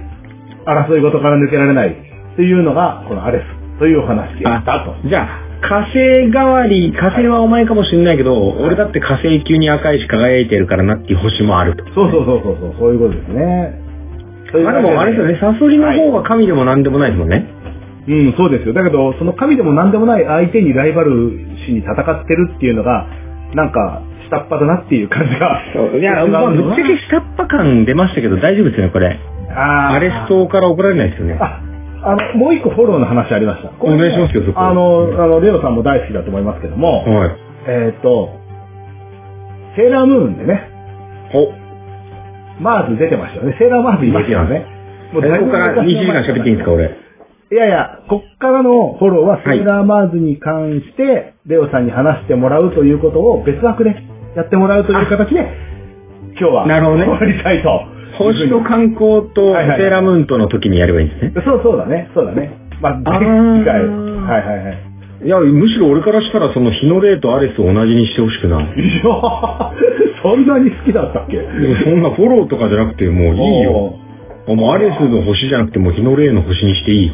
Speaker 1: 争い事から抜けられないっていうのが、このアレスというお話でしたと。
Speaker 2: あじゃあ、火星代わり、火星はお前かもしれないけど、俺だって火星級に赤いし輝いてるからなっていう星もあると。
Speaker 1: そうそうそうそうそう、そういうことですね。という
Speaker 2: まあ
Speaker 1: わ
Speaker 2: で
Speaker 1: け
Speaker 2: もあれですよね、サソリの方は神でも何でもないですもんね。
Speaker 1: うん、そうですよ。だけど、その神でも何でもない相手にライバル視に戦ってるっていうのが、なんか、下っ端だなっていう感じが。
Speaker 2: い や、まあ、ぶっちゃけ下っ端感出ましたけど大丈夫ですよね、これ。
Speaker 1: あー
Speaker 2: アレス。島から怒られないですよね。
Speaker 1: あ、あの、もう一個フォローの話ありました。これね
Speaker 2: お願いしますよそこ
Speaker 1: あの、あの、レオさんも大好きだと思いますけども、
Speaker 2: はい。
Speaker 1: えーっと、セーラームーンでね、
Speaker 2: お、
Speaker 1: マーズ出てましたよね。セーラーマーズいましたよね。
Speaker 2: ここ
Speaker 1: だいぶ
Speaker 2: から2時間喋っていいんですか、俺。
Speaker 1: いやいや、こっからのフォローはセーラーマーズに関して、レオさんに話してもらうということを別枠でやってもらうという形で、今日は
Speaker 2: なるほどね
Speaker 1: 終わりたいと。
Speaker 2: 星と観光と
Speaker 1: はいはい
Speaker 2: セーラームーンとの時にやればいいんですね。
Speaker 1: そうそうだね、そうだね。まあ、
Speaker 2: あー
Speaker 1: 次回。はいはいはい。
Speaker 2: いや、むしろ俺からしたらその日の出とアレスを同じにしてほしくない。
Speaker 1: いや ーそんなに好きだったっけ
Speaker 2: でもそんなフォローとかじゃなくてもういいよ。。もうアレスの星じゃなくてもう日の出の星にしていい。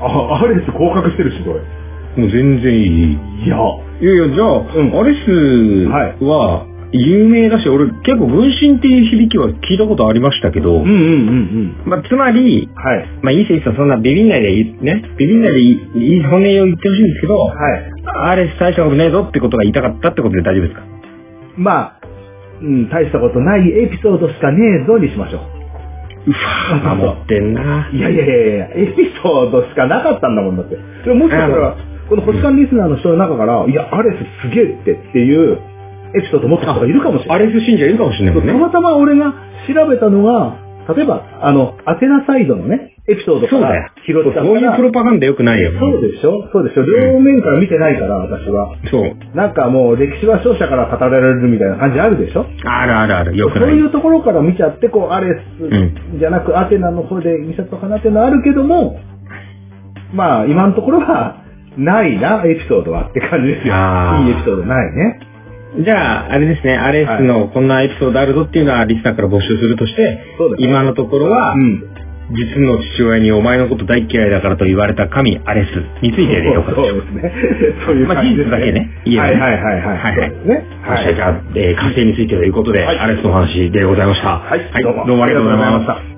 Speaker 1: あ、アレス合格してるし、これ。
Speaker 2: もう全然いい。
Speaker 1: いや、
Speaker 2: いやいや、じゃあ、
Speaker 1: ん
Speaker 2: アレスは有名だし、俺結構軍神っていう響きは聞いたことありましたけど、
Speaker 1: うんうんうん
Speaker 2: まあ、つまり
Speaker 1: う、ん。はい。
Speaker 2: まあ、いい先生そんなビビんないでいい、ね、ビビんないでいい、いい本音を言ってほしいんですけど、
Speaker 1: はい。
Speaker 2: アレス大したことねえぞってことが言いたかったってことで大丈夫ですか
Speaker 1: まあ、うん、大したことないエピソードしかねえぞにしましょう。
Speaker 2: うわぁ、守ってんない
Speaker 1: やいやいやいや、エピソードしかなかったんだもんだって。でももしかしたら、この星間リスナーの人の中から、いや、アレスすげえってっていうエピソード持った人がいるかもしれな
Speaker 2: ア
Speaker 1: い。
Speaker 2: レス信者いるかもしれないもん
Speaker 1: た
Speaker 2: ね。
Speaker 1: またま俺が調べたのは、例えば、あの、アテナサイドのね、エピソードか
Speaker 2: そうだよ
Speaker 1: ら。拾った
Speaker 2: そういうプロ
Speaker 1: ら、
Speaker 2: パガンダ良くないよ。
Speaker 1: そうでしょそうでしょ両面から見てないから、私は。
Speaker 2: そう。
Speaker 1: なんかもう、歴史は勝者から語られるみたいな感じあるでしょ
Speaker 2: あるあるある。良く
Speaker 1: そう
Speaker 2: ない
Speaker 1: い。うところから見ちゃって、こう、アレ
Speaker 2: う
Speaker 1: スじゃなく、アテナの方で見ちゃったかなっていうのはあるけども、まあ、今のところは、ないな、エピソードはって感じですよ。
Speaker 2: あー
Speaker 1: いいエピソードないね。
Speaker 2: じゃあ、あれですね、アレスのこんなエピソードあるぞっていうのはリスナーから募集するとして、
Speaker 1: そうだね
Speaker 2: 今のところは、
Speaker 1: うん。
Speaker 2: 実の父親にお前のこと大嫌いだからと言われた神アレスについてでよかったでし
Speaker 1: そ
Speaker 2: ょ
Speaker 1: う
Speaker 2: う
Speaker 1: ですね。そういう
Speaker 2: まあ
Speaker 1: 感じです、
Speaker 2: 事実だけね言えば
Speaker 1: は
Speaker 2: ね
Speaker 1: いはいはいはい。
Speaker 2: はいはい
Speaker 1: そうですね。
Speaker 2: か。はい、じゃあ、えー火星についてということで、
Speaker 1: はい
Speaker 2: アレスのお話でございました。
Speaker 1: はいどうも
Speaker 2: どうもありがとうございました。